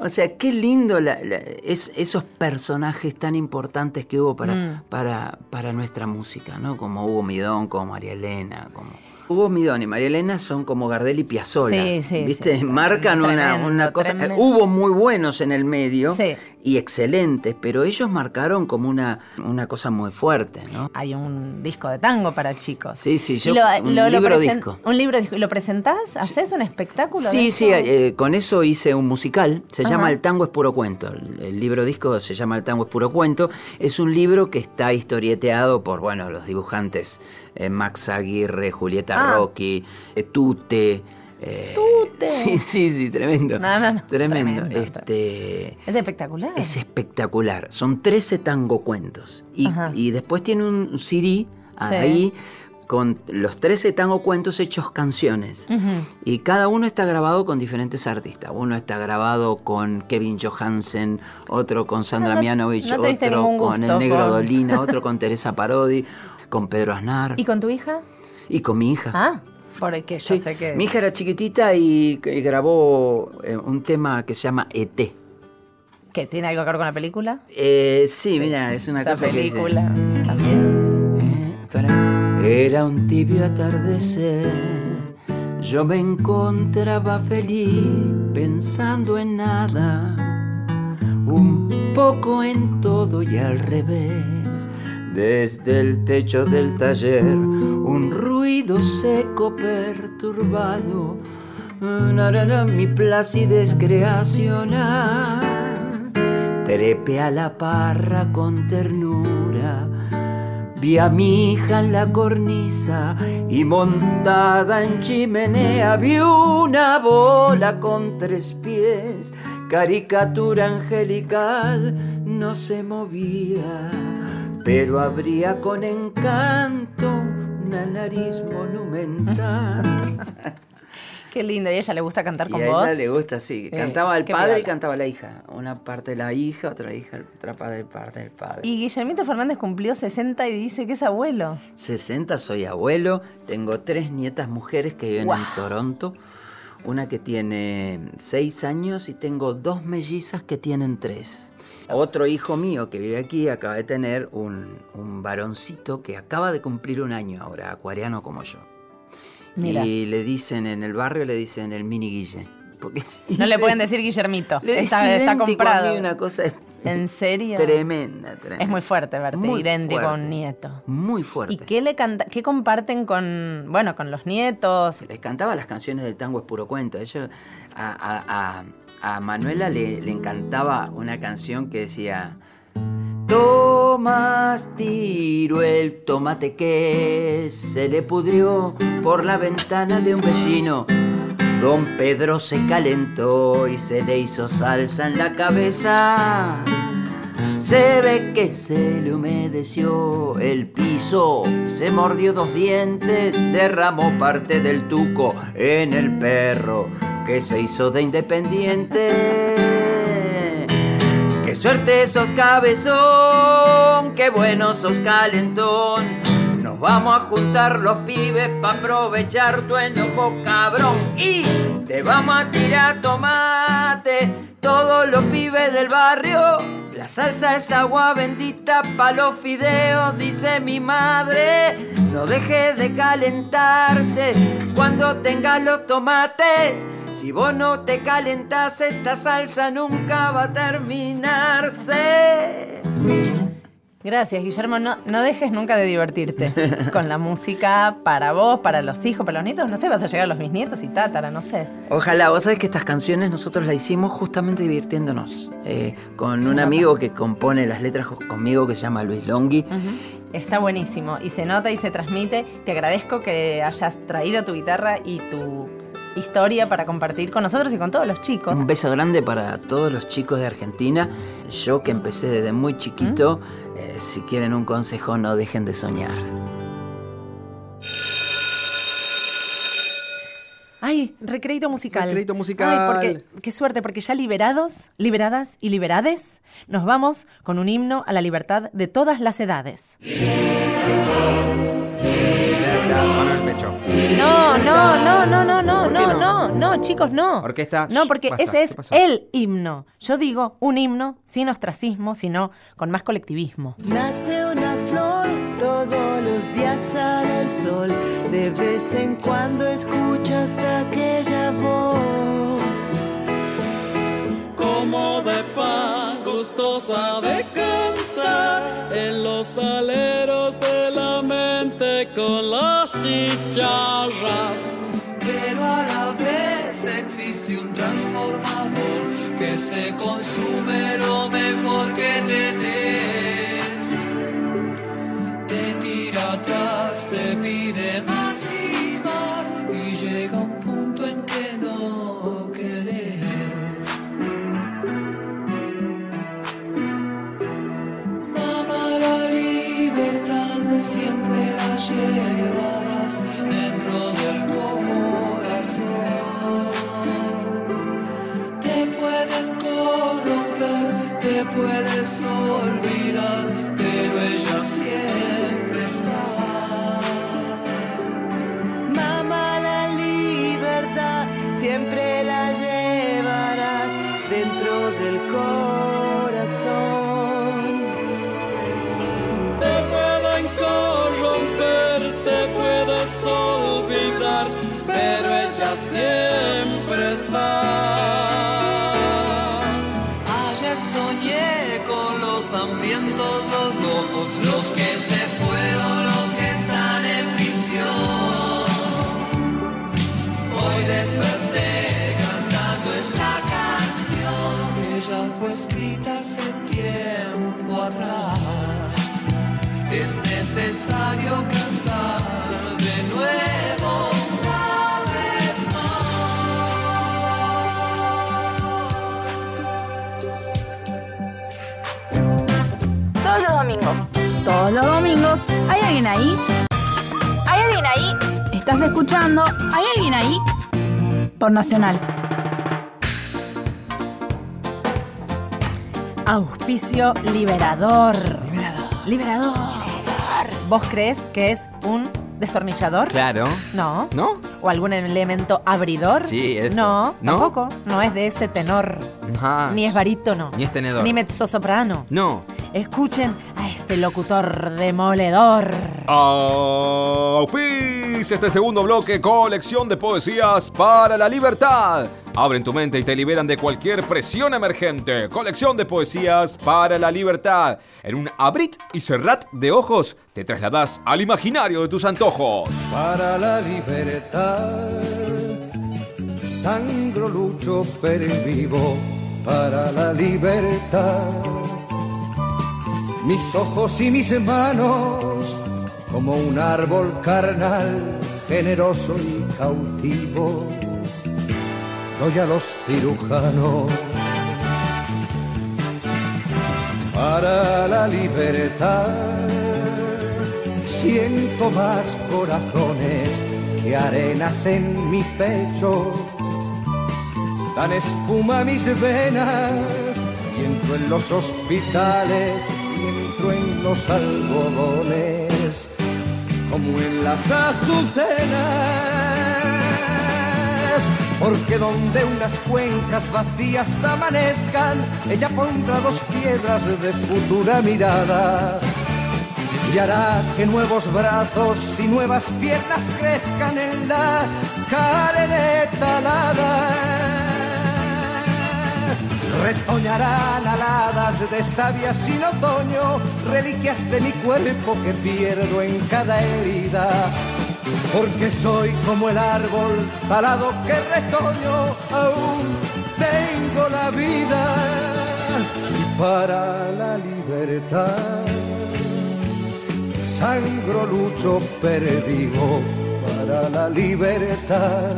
[SPEAKER 9] o sea, qué lindo la- la- es, esos personajes tan importantes que hubo para,
[SPEAKER 2] Mm.
[SPEAKER 9] para, para nuestra música, ¿no? Como Hugo Midón, como María Elena, como... Hugo Midón y María Elena son como Gardel y Piazzolla.
[SPEAKER 2] Sí, sí,
[SPEAKER 9] ¿Viste?
[SPEAKER 2] sí.
[SPEAKER 9] Marcan una,
[SPEAKER 2] Tremendo,
[SPEAKER 9] una cosa...
[SPEAKER 2] tremendo.
[SPEAKER 9] Hubo muy buenos en el medio
[SPEAKER 2] Sí.
[SPEAKER 9] y excelentes, pero ellos marcaron como una, una cosa muy fuerte, ¿no?
[SPEAKER 2] Hay un disco de tango para chicos.
[SPEAKER 9] Sí, sí, yo-
[SPEAKER 2] Y
[SPEAKER 9] un libro
[SPEAKER 2] presen-
[SPEAKER 9] disco.
[SPEAKER 2] Un libro disco. ¿Y ¿Lo presentás? ¿Haces un espectáculo? de
[SPEAKER 9] Sí,
[SPEAKER 2] eso?
[SPEAKER 9] sí, eh, con eso hice un musical, se
[SPEAKER 2] Ajá.
[SPEAKER 9] llama El tango es puro cuento, el, el libro disco se llama El tango es puro cuento, es un libro que está historieteado por, bueno, los dibujantes, eh, Max Aguirre, Julieta
[SPEAKER 2] Ah.
[SPEAKER 9] Rocky, eh, Tute. eh,
[SPEAKER 2] Tute.
[SPEAKER 9] Sí, sí, sí, tremendo.
[SPEAKER 2] No, no, no,
[SPEAKER 9] Tremendo.
[SPEAKER 2] tremendo,
[SPEAKER 9] este,
[SPEAKER 2] Es espectacular.
[SPEAKER 9] es espectacular. Son 13 tango cuentos. Y,
[SPEAKER 2] Ajá.
[SPEAKER 9] y después tiene un CD ahí con los 13 tango cuentos hechos canciones.
[SPEAKER 2] Ujú.
[SPEAKER 9] Y cada uno está grabado con diferentes artistas. Uno está grabado con Kevin Johansen, otro con Sandra
[SPEAKER 2] No, no-
[SPEAKER 9] Mianovich,
[SPEAKER 2] no te diste
[SPEAKER 9] otro
[SPEAKER 2] ningún
[SPEAKER 9] con el
[SPEAKER 2] gusto
[SPEAKER 9] Negro
[SPEAKER 2] con-
[SPEAKER 9] Dolina, otro con Teresa Parodi, con Pedro Aznar
[SPEAKER 2] ¿Y
[SPEAKER 9] y,
[SPEAKER 2] con tu hija?
[SPEAKER 9] con mi hija.
[SPEAKER 2] Ah, porque yo
[SPEAKER 9] Sí.
[SPEAKER 2] sé que...
[SPEAKER 9] Mi hija era chiquitita y, y grabó eh, un tema que se llama E ET.
[SPEAKER 2] ¿Que tiene algo que ver con la película?
[SPEAKER 9] Eh, sí, mira, es una
[SPEAKER 2] Esa
[SPEAKER 9] cosa que se-
[SPEAKER 2] película también.
[SPEAKER 9] Eh, pará. Era un tibio atardecer. Yo me encontraba feliz pensando en nada, un poco en todo y al revés. Desde el techo del taller, un ruido seco perturbado, narará mi placidez creacional. Trepe a la parra con ternura, vi a mi hija en la cornisa y montada en chimenea vi una bola con tres pies, caricatura angelical, no se movía pero habría con encanto una nariz monumental.
[SPEAKER 2] Qué lindo. ¿Y a ella le gusta cantar
[SPEAKER 9] Y
[SPEAKER 2] con
[SPEAKER 9] a
[SPEAKER 2] vos?
[SPEAKER 9] ella le gusta, sí.
[SPEAKER 2] Sí,
[SPEAKER 9] Cantaba el
[SPEAKER 2] qué
[SPEAKER 9] padre y
[SPEAKER 2] piola.
[SPEAKER 9] cantaba la hija. Una parte la hija, otra hija, otra parte del parte del padre.
[SPEAKER 2] Y Guillermito Fernández cumplió 60 y dice que es abuelo.
[SPEAKER 9] 60, soy abuelo, tengo tres nietas mujeres que viven
[SPEAKER 2] Guau.
[SPEAKER 9] en Toronto, una que tiene seis años y tengo dos mellizas que tienen tres. Otro hijo mío que vive aquí acaba de tener un, un varoncito que acaba de cumplir un año ahora, acuariano como yo.
[SPEAKER 2] Mira.
[SPEAKER 9] Y le dicen en el barrio, le dicen el mini Guille. Porque es
[SPEAKER 2] No le pueden
[SPEAKER 9] idéntico.
[SPEAKER 2] decir Guillermito.
[SPEAKER 9] Le
[SPEAKER 2] Está,
[SPEAKER 9] es
[SPEAKER 2] está
[SPEAKER 9] idéntico a mí,
[SPEAKER 2] comprado.
[SPEAKER 9] una cosa es
[SPEAKER 2] ¿En serio?
[SPEAKER 9] tremenda, tremenda.
[SPEAKER 2] Es muy fuerte verte
[SPEAKER 9] Muy
[SPEAKER 2] idéntico a
[SPEAKER 9] fuerte.
[SPEAKER 2] un nieto.
[SPEAKER 9] Muy fuerte.
[SPEAKER 2] ¿Y qué le canta, qué comparten con, bueno, con los nietos?
[SPEAKER 9] Les cantaba las canciones del tango es puro cuento. Ellos- a, a- a- a Manuela le, le encantaba una canción que decía. Tomás tiro el tomate que se le pudrió por la ventana de un vecino. Don Pedro se calentó y se le hizo salsa en la cabeza. Se ve que se le humedeció el piso, se mordió dos dientes, derramó parte del tuco en el perro que se hizo de independiente. Qué suerte sos cabezón, qué bueno sos calentón. Nos vamos a juntar los pibes pa' aprovechar tu enojo, cabrón. Y te vamos a tirar tomate, todos los pibes del barrio. La salsa es agua bendita pa' los fideos, dice mi madre. No dejes de calentarte cuando tengas los tomates. Si vos no te calentás, esta salsa nunca va a terminarse.
[SPEAKER 2] Gracias, Guillermo. No, no dejes nunca de divertirte con la música para vos, para los hijos, para los nietos. No sé, vas a llegar a los bisnietos y tátara, no sé.
[SPEAKER 9] Ojalá, vos sabés que estas canciones nosotros las hicimos justamente divirtiéndonos. Eh, con un
[SPEAKER 2] papá.
[SPEAKER 9] amigo que compone las letras ju- conmigo que se llama Luis Longhi.
[SPEAKER 2] Está buenísimo y se nota y se transmite. Te agradezco que hayas traído tu guitarra y tu historia para compartir con nosotros y con todos los chicos.
[SPEAKER 3] Mm.
[SPEAKER 9] Un beso grande para todos los chicos de Argentina. Yo que empecé desde muy chiquito, eh, si quieren un consejo, no dejen de soñar.
[SPEAKER 2] Ay, recrédito musical.
[SPEAKER 3] Recrédito musical.
[SPEAKER 2] Ay, porque, qué suerte, porque ya liberados, liberadas y liberades, nos vamos con un himno a la libertad de todas las edades.
[SPEAKER 3] Libertad, mano al pecho.
[SPEAKER 2] No, no, no, no, no, no,
[SPEAKER 3] ¿Por qué
[SPEAKER 2] no, no,
[SPEAKER 3] no?
[SPEAKER 2] no, chicos, no.
[SPEAKER 3] Orquesta,
[SPEAKER 2] No,
[SPEAKER 3] shh,
[SPEAKER 2] porque
[SPEAKER 3] basta.
[SPEAKER 2] ese
[SPEAKER 3] ¿Qué
[SPEAKER 2] es
[SPEAKER 3] pasó?
[SPEAKER 2] el himno. Yo digo un himno sin ostracismo, sino con más colectivismo.
[SPEAKER 10] Nace una flor todos los días sale el sol. De vez en cuando escuchas aquella voz.
[SPEAKER 11] como de pan gustosa de cantar en los aleros de la mente con las chicharras.
[SPEAKER 7] Pero a la vez existe un transformador que se consume lo mejor que tenés. Te tira atrás, te pide más y más y llega un punto en que no querés. Mamá, la libertad siempre la llevarás dentro del corazón. Te pueden corromper, te puedes olvidar, pero ella siempre está.
[SPEAKER 10] Mamá, la libertad siempre la llevarás dentro del corazón.
[SPEAKER 11] Te pueden corromper, te puedes olvidar, pero ella siempre está.
[SPEAKER 7] Ayer soñé con los hambrientos, los locos, los que se fueron, los que están en prisión. necesario cantar de nuevo una vez
[SPEAKER 6] Todos los domingos. Todos los domingos. ¿Hay alguien ahí? ¿Hay alguien ahí? ¿Estás escuchando? ¿Hay alguien ahí? Por Nacional.
[SPEAKER 2] Auspicio liberador. Liberador. Liberador. ¿Vos crees que es un destornillador?
[SPEAKER 3] Claro.
[SPEAKER 2] No.
[SPEAKER 3] ¿No?
[SPEAKER 2] ¿O algún elemento abridor?
[SPEAKER 3] Sí, eso.
[SPEAKER 2] No,
[SPEAKER 3] ¿No?
[SPEAKER 2] tampoco. No es de ese tenor.
[SPEAKER 3] Ajá.
[SPEAKER 2] Ni es barítono.
[SPEAKER 3] Ni es tenedor.
[SPEAKER 2] Ni mezzosoprano.
[SPEAKER 3] No.
[SPEAKER 2] Escuchen a este locutor demoledor.
[SPEAKER 3] Auspicia este segundo bloque, colección de poesías para la libertad. Abren tu mente y te liberan de cualquier presión emergente. Colección de poesías para la libertad. En un abrit y cerrat de ojos, te trasladas al imaginario de tus antojos.
[SPEAKER 12] Para la libertad, sangro lucho per vivo para la libertad. Mis ojos y mis manos, como un árbol carnal, generoso y cautivo, doy a los cirujanos. Para la libertad, Siento más corazones que arenas en mi pecho. Dan espuma a mis venas y entro en los hospitales y entro en los algodones como en las azucenas. Porque donde unas cuencas vacías amanezcan, ella pondrá dos piedras de futura mirada y hará que nuevos brazos y nuevas piernas crezcan en la carne talada. Retoñarán aladas de savia sin otoño, reliquias de mi cuerpo que pierdo en cada herida. Porque soy como el árbol talado que retoño, aún tengo la vida y para la libertad sangro lucho perdigo para la libertad.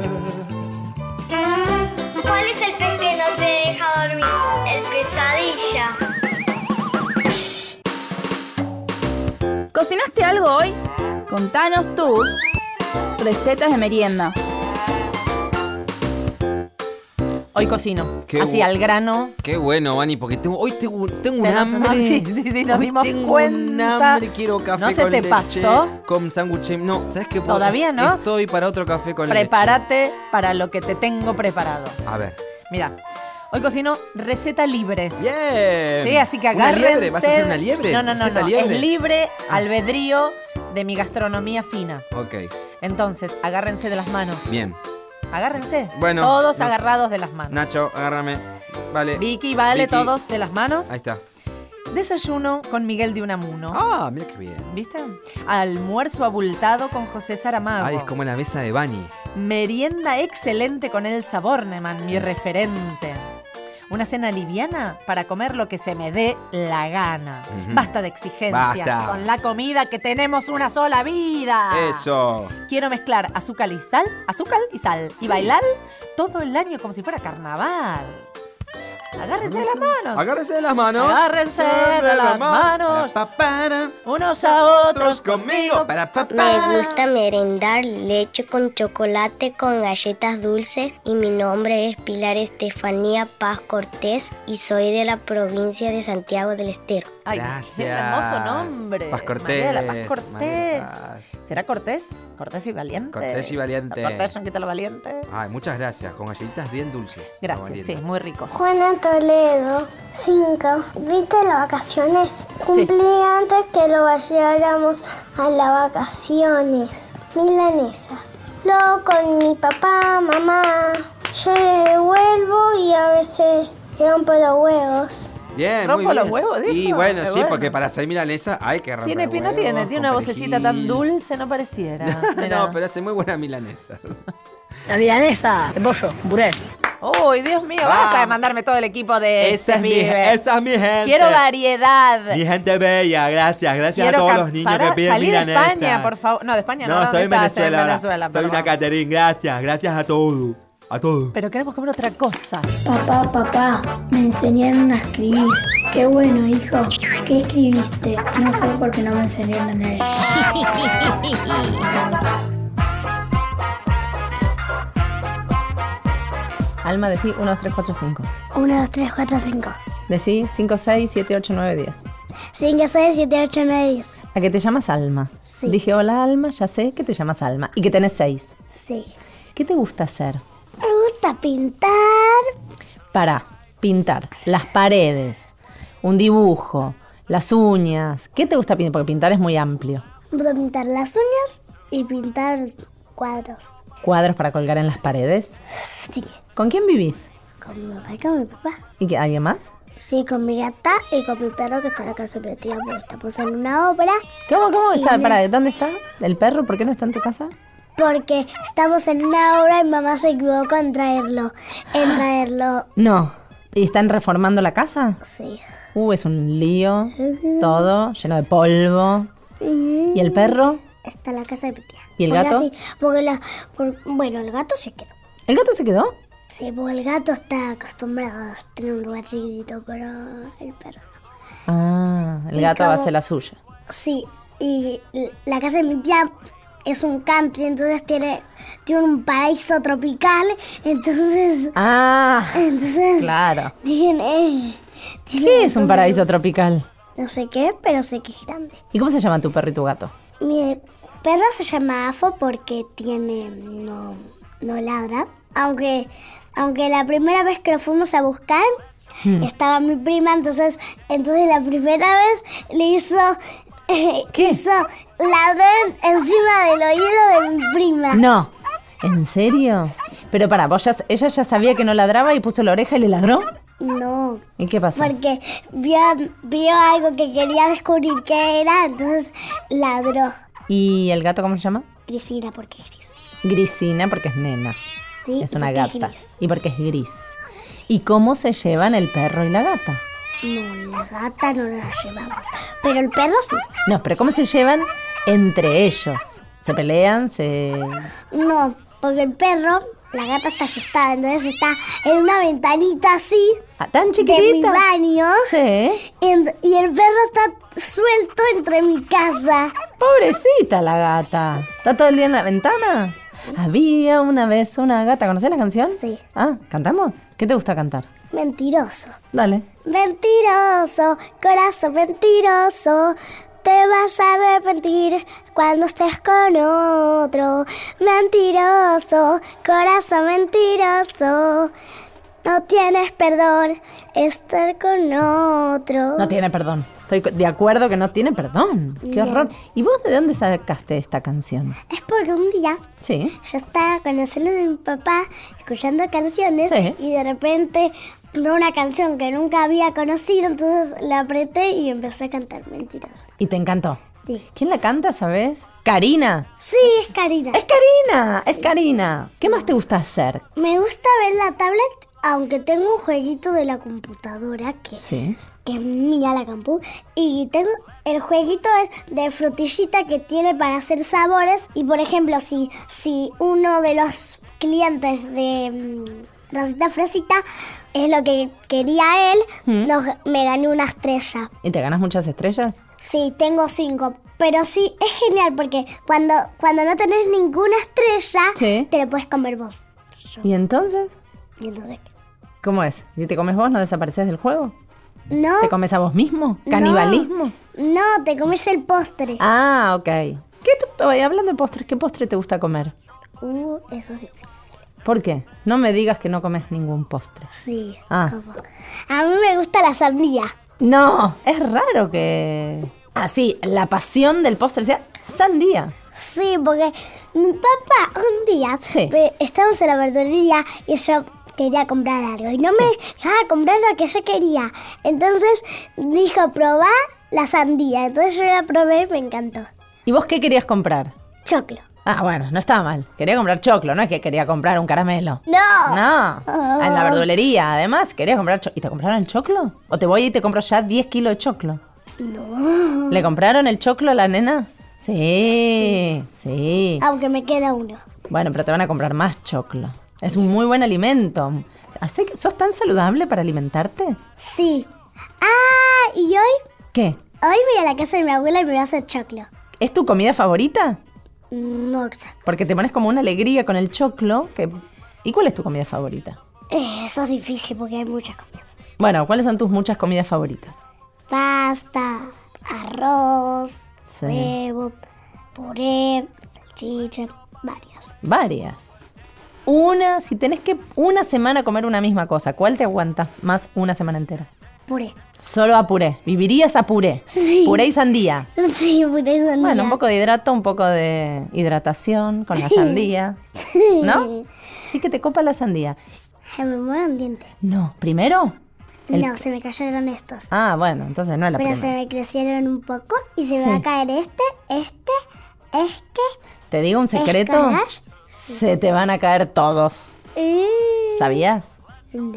[SPEAKER 5] ¿Cuál es el pez que no te deja dormir? El pesadilla.
[SPEAKER 6] ¿Cocinaste algo hoy? Contanos tus recetas de merienda.
[SPEAKER 2] Hoy cocino.
[SPEAKER 3] Qué
[SPEAKER 2] Así
[SPEAKER 3] bu-
[SPEAKER 2] al grano.
[SPEAKER 3] Qué bueno, Vani, porque tengo- hoy tengo, tengo un
[SPEAKER 2] Tenés
[SPEAKER 3] hambre.
[SPEAKER 2] razón. Sí, sí, sí, nos
[SPEAKER 3] hoy
[SPEAKER 2] dimos
[SPEAKER 3] tengo
[SPEAKER 2] cuenta.
[SPEAKER 3] Un hambre, quiero café
[SPEAKER 2] ¿No se
[SPEAKER 3] con
[SPEAKER 2] te
[SPEAKER 3] leche,
[SPEAKER 2] pasó?
[SPEAKER 3] Con sándwich. No, ¿sabes qué? puedo?
[SPEAKER 2] Todavía no.
[SPEAKER 3] Estoy para otro café con
[SPEAKER 2] Prepárate para lo que te tengo preparado.
[SPEAKER 3] leche. A ver.
[SPEAKER 2] Mira, hoy cocino receta libre.
[SPEAKER 3] ¡Bien!
[SPEAKER 2] Sí, así que
[SPEAKER 3] Una
[SPEAKER 2] agárrense.
[SPEAKER 3] liebre, ¿vas a hacer una liebre?
[SPEAKER 2] No, no, no,
[SPEAKER 3] ¿Receta
[SPEAKER 2] no.
[SPEAKER 3] liebre? Ah.
[SPEAKER 2] Es libre albedrío de mi gastronomía fina.
[SPEAKER 3] Ok,
[SPEAKER 2] Entonces, agárrense de las manos.
[SPEAKER 3] bien.
[SPEAKER 2] Agárrense.
[SPEAKER 3] Bueno,
[SPEAKER 2] Todos
[SPEAKER 3] no-
[SPEAKER 2] agarrados de las manos.
[SPEAKER 3] Nacho, agárrame. Vale.
[SPEAKER 2] Vicky, vale,
[SPEAKER 3] Vicky.
[SPEAKER 2] todos de las manos.
[SPEAKER 3] Ahí está.
[SPEAKER 2] Desayuno con Miguel de Unamuno.
[SPEAKER 3] Ah, mira qué bien.
[SPEAKER 2] ¿Viste? Almuerzo abultado con José Saramago.
[SPEAKER 3] Ay, es como la mesa de Bani.
[SPEAKER 2] Merienda excelente con Elsa Borneman, mi referente. Una cena liviana para comer lo que se me dé la gana.
[SPEAKER 3] Ujú.
[SPEAKER 2] Basta de exigencias
[SPEAKER 3] Basta.
[SPEAKER 2] con la comida que tenemos una sola vida.
[SPEAKER 3] Eso.
[SPEAKER 2] Quiero mezclar azúcar y sal, azúcar y sal, y bailar todo el año como si fuera carnaval. Agárrense de las manos.
[SPEAKER 3] Agárrense de las manos.
[SPEAKER 2] Agárrense de las manos.
[SPEAKER 3] Para, pa, para.
[SPEAKER 2] Unos a otros
[SPEAKER 3] conmigo. Para, pa,
[SPEAKER 5] Ah.
[SPEAKER 3] para.
[SPEAKER 4] Me gusta merendar leche con chocolate con galletas dulces y mi nombre es Pilar Estefanía Paz Cortés y soy de la provincia de Santiago del Estero.
[SPEAKER 2] Ay, qué hermoso nombre.
[SPEAKER 3] Paz
[SPEAKER 2] Mariela, Paz
[SPEAKER 3] Cortés,
[SPEAKER 2] Cortés.
[SPEAKER 3] Mariela Paz.
[SPEAKER 2] ¿Será Cortés? Cortés y valiente.
[SPEAKER 3] Cortés y valiente.
[SPEAKER 2] Cortés, Yanquita la valiente.
[SPEAKER 3] Ay, muchas gracias. Con galletitas bien dulces.
[SPEAKER 2] Gracias, sí, muy rico.
[SPEAKER 5] Juana Toledo, 5. ¿Viste las vacaciones? Cumplí antes que lo lleváramos a las vacaciones milanesas. Luego con mi papá, mamá. Yo le devuelvo y a veces le rompo los huevos.
[SPEAKER 3] Bien,
[SPEAKER 2] Rompo
[SPEAKER 3] muy bien.
[SPEAKER 2] los huevos, dijo.
[SPEAKER 3] Y bueno,
[SPEAKER 2] Qué
[SPEAKER 3] sí,
[SPEAKER 2] bueno.
[SPEAKER 3] porque para ser milanesa hay que romper
[SPEAKER 2] Tiene pina,
[SPEAKER 3] huevos
[SPEAKER 2] tiene, tiene
[SPEAKER 3] con
[SPEAKER 2] una vocecita tan
[SPEAKER 3] perejil.
[SPEAKER 2] dulce, no pareciera. Mirá.
[SPEAKER 3] no, pero hace muy buena milanesa.
[SPEAKER 13] La milanesa de pollo, burel.
[SPEAKER 2] Uy, Dios mío, basta de mandarme todo el equipo de
[SPEAKER 8] Esa es, mi,
[SPEAKER 2] Bieber.
[SPEAKER 8] esa es mi gente.
[SPEAKER 2] Quiero variedad.
[SPEAKER 8] Mi gente bella, gracias. Gracias
[SPEAKER 2] Quiero
[SPEAKER 8] a todos
[SPEAKER 2] cam-
[SPEAKER 8] los niños
[SPEAKER 2] pará,
[SPEAKER 8] que piden
[SPEAKER 2] salí
[SPEAKER 8] miran
[SPEAKER 2] de España,
[SPEAKER 8] esta.
[SPEAKER 2] por favor. No, de España no.
[SPEAKER 8] No,
[SPEAKER 2] ¿dónde
[SPEAKER 8] estoy en
[SPEAKER 2] estás?
[SPEAKER 8] Venezuela. ahora.
[SPEAKER 2] Venezuela,
[SPEAKER 8] Soy una
[SPEAKER 2] perdón.
[SPEAKER 8] Caterín, gracias. Gracias a todos. A todos.
[SPEAKER 2] Pero queremos comer otra cosa.
[SPEAKER 13] Papá, papá, me enseñaron a escribir. Qué bueno, hijo. ¿Qué escribiste? No sé por qué no me enseñaron a leer.
[SPEAKER 2] Alma, decí 1, 2, 3, 4, 5.
[SPEAKER 5] 1, 2, 3, 4, 5.
[SPEAKER 2] Decí 5, 6, 7, 8, 9, 10.
[SPEAKER 5] 5, 6, 7, 8, 9, 10.
[SPEAKER 2] A que te llamas Alma.
[SPEAKER 5] Sí.
[SPEAKER 2] Dije, hola Alma, ya sé que te llamas Alma. Y que tenés 6.
[SPEAKER 5] Sí.
[SPEAKER 2] ¿Qué te gusta hacer?
[SPEAKER 5] Me gusta pintar.
[SPEAKER 2] Para pintar las paredes, un dibujo, las uñas. ¿Qué te gusta pintar? Porque pintar es muy amplio.
[SPEAKER 5] Me gusta pintar las uñas y pintar cuadros.
[SPEAKER 2] ¿Cuadros para colgar en las paredes?
[SPEAKER 5] Sí.
[SPEAKER 2] ¿Con quién vivís?
[SPEAKER 5] Con mi papá y con mi papá.
[SPEAKER 2] ¿Y que- alguien más?
[SPEAKER 5] Sí, con mi gata y con mi perro que está en la casa de mi tía porque estamos en una obra.
[SPEAKER 2] ¿Cómo, cómo está?
[SPEAKER 5] Y-
[SPEAKER 2] Pará, ¿dónde está? ¿El perro? ¿Por qué no está en tu casa?
[SPEAKER 5] Porque estamos en una obra y mamá se equivocó en traerlo. En traerlo.
[SPEAKER 2] No. ¿Y están reformando la casa?
[SPEAKER 5] Sí.
[SPEAKER 2] Uh, es un lío. Todo lleno de polvo. ¿Y el perro?
[SPEAKER 5] Está en la casa de mi tía.
[SPEAKER 2] ¿Y el
[SPEAKER 5] Porque
[SPEAKER 2] gato?
[SPEAKER 5] así- porque la, por- bueno, el gato se quedó.
[SPEAKER 2] ¿El gato se quedó?
[SPEAKER 5] Sí, porque el gato está acostumbrado a tener un lugar chiquitito, pero el perro.
[SPEAKER 2] Ah, el
[SPEAKER 5] Y
[SPEAKER 2] gato
[SPEAKER 5] como-
[SPEAKER 2] hace la suya.
[SPEAKER 5] Sí, y l- la casa de mi tía es un country, entonces tiene, tiene un paraíso tropical, entonces...
[SPEAKER 2] Ah,
[SPEAKER 5] entonces
[SPEAKER 2] Claro.
[SPEAKER 5] tiene... tiene
[SPEAKER 2] ¿Qué es
[SPEAKER 5] montón
[SPEAKER 2] un
[SPEAKER 5] de-
[SPEAKER 2] paraíso tropical?
[SPEAKER 5] No sé qué, pero sé que es grande.
[SPEAKER 2] ¿Y cómo se llama tu perro y tu gato?
[SPEAKER 5] Mi perro se llama Afo porque tiene no, no ladra. Aunque, aunque la primera vez que lo fuimos a buscar
[SPEAKER 2] Hmm.
[SPEAKER 5] estaba mi prima, entonces, entonces la primera vez le hizo, hizo ladrón encima del oído de mi prima.
[SPEAKER 2] No. ¿En serio? Pero para, vos ya, ella ya sabía que no ladraba y puso la oreja y le ladró.
[SPEAKER 5] No.
[SPEAKER 2] ¿Y qué pasó?
[SPEAKER 5] Porque vio, vio algo que quería descubrir qué era, entonces ladró.
[SPEAKER 2] ¿Y el gato cómo se llama?
[SPEAKER 5] Cristina, porque es gris.
[SPEAKER 2] Grisina porque es nena.
[SPEAKER 5] Sí,
[SPEAKER 2] es una
[SPEAKER 5] porque es
[SPEAKER 2] gata.
[SPEAKER 5] gris.
[SPEAKER 2] Y porque es gris. ¿Y cómo se llevan el perro y la gata?
[SPEAKER 5] No, la gata no la llevamos. Pero el perro sí.
[SPEAKER 2] No, pero ¿cómo se llevan entre ellos? ¿Se pelean? ¿Se...?
[SPEAKER 5] No, porque el perro, la gata está asustada. Entonces está en una ventanita así.
[SPEAKER 2] ah, ¿Tan
[SPEAKER 5] De mi
[SPEAKER 2] chiquitita?
[SPEAKER 5] baño.
[SPEAKER 2] Sí.
[SPEAKER 5] En- y el perro está suelto entre mi casa.
[SPEAKER 2] Pobrecita la gata. ¿Está todo el día en la ventana? Había una vez una gata. ¿Conoces la canción?
[SPEAKER 5] Sí.
[SPEAKER 2] Ah, ¿cantamos? ¿Qué te gusta cantar?
[SPEAKER 5] Mentiroso.
[SPEAKER 2] Dale.
[SPEAKER 5] Mentiroso, corazón mentiroso. Te vas a arrepentir cuando estés con otro. Mentiroso, corazón mentiroso. No tienes perdón estar con otro.
[SPEAKER 2] No tiene perdón. Estoy de acuerdo que no tiene perdón. Qué
[SPEAKER 5] Oh. Bien.
[SPEAKER 2] horror. ¿Y vos de dónde sacaste esta canción?
[SPEAKER 5] Es porque un día
[SPEAKER 2] Sí.
[SPEAKER 5] yo estaba con el celular de mi papá escuchando canciones
[SPEAKER 2] Sí.
[SPEAKER 5] y de repente veo una canción que nunca había conocido, entonces la apreté y empecé a cantar mentiras.
[SPEAKER 2] Y te encantó.
[SPEAKER 5] Sí.
[SPEAKER 2] ¿Quién la canta, sabes? Karina.
[SPEAKER 5] Sí, es Karina.
[SPEAKER 2] Es Karina. Es Karina. ¿Qué más te gusta hacer?
[SPEAKER 5] Me gusta ver la tablet, aunque tengo un jueguito de la computadora que,
[SPEAKER 2] Sí.
[SPEAKER 5] que es mía la compu. Y tengo el jueguito es de frutillita que tiene para hacer sabores. Y por ejemplo, si, si uno de los clientes de mm, Rosita Fresita es lo que quería él,
[SPEAKER 2] Mm.
[SPEAKER 5] nos- me gané una estrella.
[SPEAKER 2] ¿Y te ganas muchas estrellas?
[SPEAKER 5] Sí, tengo cinco. Pero sí, es genial porque cuando, cuando no tenés ninguna estrella,
[SPEAKER 2] Sí.
[SPEAKER 5] te lo puedes comer vos.
[SPEAKER 2] ¿Y entonces?
[SPEAKER 5] Y entonces,
[SPEAKER 2] ¿Cómo es? Si te comes vos, ¿no desapareces del juego?
[SPEAKER 5] no.
[SPEAKER 2] ¿Te comes a vos mismo? ¿Canibalismo?
[SPEAKER 5] No, te comes el postre.
[SPEAKER 2] Ah, ok. ¿Qué tú- oye, hablando de postres, ¿qué postre te gusta comer?
[SPEAKER 5] Uh, eso es difícil.
[SPEAKER 2] ¿Por qué? No me digas que no comes ningún postre.
[SPEAKER 5] Sí.
[SPEAKER 2] Ah.
[SPEAKER 5] como- A mí me gusta la sandía.
[SPEAKER 2] No, es raro que... Así, la pasión del postre sea sandía.
[SPEAKER 5] Sí, porque mi papá un día ve- estábamos en la verdulería y yo quería comprar algo y no me dejaba comprar lo que yo quería. Entonces dijo, probá la sandía. Entonces yo la probé y me encantó.
[SPEAKER 2] ¿Y vos qué querías comprar?
[SPEAKER 5] Choclo.
[SPEAKER 2] Ah, bueno, no estaba mal. Quería comprar choclo, no es que quería comprar un caramelo.
[SPEAKER 5] No.
[SPEAKER 2] No, en la verdulería, además, querías comprar choclo. ¿Y te compraron el choclo? ¿O te voy y te compro ya 10 kilos de choclo?
[SPEAKER 5] No.
[SPEAKER 2] ¿Le compraron el choclo a la nena? Sí, sí.
[SPEAKER 5] Aunque me queda uno.
[SPEAKER 2] Bueno, pero te van a comprar más choclo. Es un muy buen alimento. ¿Hace que sos tan saludable para alimentarte?
[SPEAKER 5] Sí. Ah, y hoy,
[SPEAKER 2] ¿Qué?
[SPEAKER 5] hoy voy a la casa de mi abuela y me voy a hacer choclo.
[SPEAKER 2] ¿Es tu comida favorita?
[SPEAKER 5] No exacto.
[SPEAKER 2] Porque te pones como una alegría con el choclo. Que... ¿Y cuál es tu comida favorita?
[SPEAKER 5] Eh, Eso es difícil porque hay muchas comidas.
[SPEAKER 2] Bueno, ¿cuáles son tus muchas comidas favoritas?
[SPEAKER 5] Pasta, arroz,
[SPEAKER 2] Sí.
[SPEAKER 5] huevo, puré, salchicha, varias.
[SPEAKER 2] Varias. Una, si tenés que una semana comer una misma cosa, ¿cuál te aguantas más una semana entera?
[SPEAKER 5] Puré.
[SPEAKER 2] Solo a puré. ¿Vivirías a puré?
[SPEAKER 5] Sí.
[SPEAKER 2] Puré y sandía.
[SPEAKER 5] Sí, puré y sandía.
[SPEAKER 2] Bueno, un poco de hidrato, un poco de hidratación con la sandía. ¿No? Sí que te copa la sandía.
[SPEAKER 5] Se me mueve un diente.
[SPEAKER 2] No, primero. el-
[SPEAKER 5] No, se me cayeron estos.
[SPEAKER 2] Ah, bueno, entonces no es la
[SPEAKER 5] Pero
[SPEAKER 2] primera.
[SPEAKER 5] se me crecieron un poco y se me
[SPEAKER 2] Sí.
[SPEAKER 5] va a caer este, este, este.
[SPEAKER 2] Te digo un secreto.
[SPEAKER 5] ¿Escalas?
[SPEAKER 2] Se te van a caer todos.
[SPEAKER 5] Mm,
[SPEAKER 2] ¿Sabías?
[SPEAKER 5] No,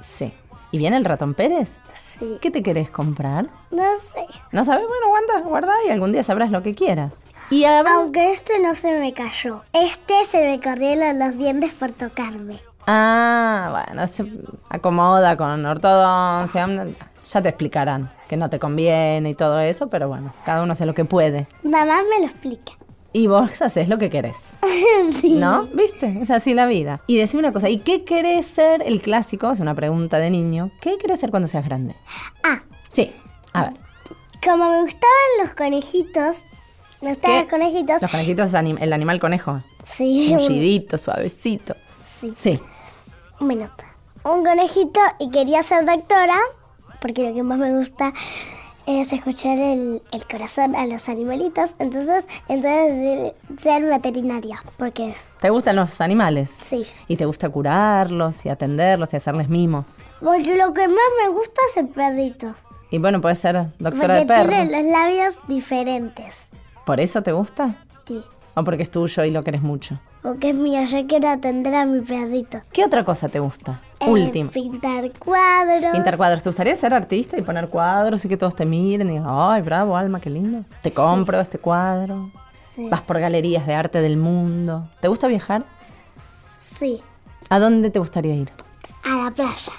[SPEAKER 2] Sí. ¿Y viene el ratón Pérez?
[SPEAKER 5] Sí.
[SPEAKER 2] ¿Qué te querés comprar?
[SPEAKER 5] no sé.
[SPEAKER 2] No sabes, bueno, aguanta, guarda y algún día sabrás lo que quieras. Y
[SPEAKER 5] Aunque este no se me cayó, este se me corrieron los dientes por tocarme.
[SPEAKER 2] Ah, bueno, se acomoda con ortodoncia. Ya te explicarán que no te conviene y todo eso, pero bueno, cada uno hace lo que puede.
[SPEAKER 5] Mamá me lo explica.
[SPEAKER 2] Y vos haces lo que querés.
[SPEAKER 5] sí.
[SPEAKER 2] ¿No? ¿Viste? Es así la vida. Y decime una cosa, ¿y qué querés ser el clásico? Es una pregunta de niño. ¿Qué querés ser cuando seas grande?
[SPEAKER 5] Ah.
[SPEAKER 2] Sí. A ver.
[SPEAKER 5] Como me gustaban los conejitos, me gustaban
[SPEAKER 2] ¿Qué?
[SPEAKER 5] los conejitos.
[SPEAKER 2] Los conejitos, anim- el animal conejo.
[SPEAKER 5] Sí. un-
[SPEAKER 2] Mullidito, suavecito.
[SPEAKER 5] Sí.
[SPEAKER 2] Sí.
[SPEAKER 5] Bueno, un conejito y quería ser doctora, porque lo que más me gusta es escuchar el, el corazón a los animalitos. Entonces, entonces eh, ser veterinaria, porque
[SPEAKER 2] ¿Te gustan los animales?
[SPEAKER 5] Sí.
[SPEAKER 2] ¿Y te gusta curarlos y atenderlos y hacerles mimos?
[SPEAKER 5] porque lo que más me gusta es el perrito.
[SPEAKER 2] Y bueno, puedes ser doctora
[SPEAKER 5] Porque
[SPEAKER 2] de perros.
[SPEAKER 5] tiene los labios diferentes.
[SPEAKER 2] ¿Por eso te gusta?
[SPEAKER 5] Sí.
[SPEAKER 2] ¿O porque es tuyo y lo querés mucho?
[SPEAKER 5] Porque es mío, yo quiero atender a mi perrito.
[SPEAKER 2] ¿Qué otra cosa te gusta?
[SPEAKER 5] Eh,
[SPEAKER 2] Último.
[SPEAKER 5] Pintar cuadros.
[SPEAKER 2] Pintar cuadros. ¿Te gustaría ser artista y poner cuadros y que todos te miren y digan, ay, bravo, Alma, qué lindo? Te compro este cuadro.
[SPEAKER 5] Sí.
[SPEAKER 2] Vas por galerías de arte del mundo. ¿Te gusta viajar?
[SPEAKER 5] Sí,
[SPEAKER 2] ¿A dónde te gustaría ir?
[SPEAKER 5] a la playa.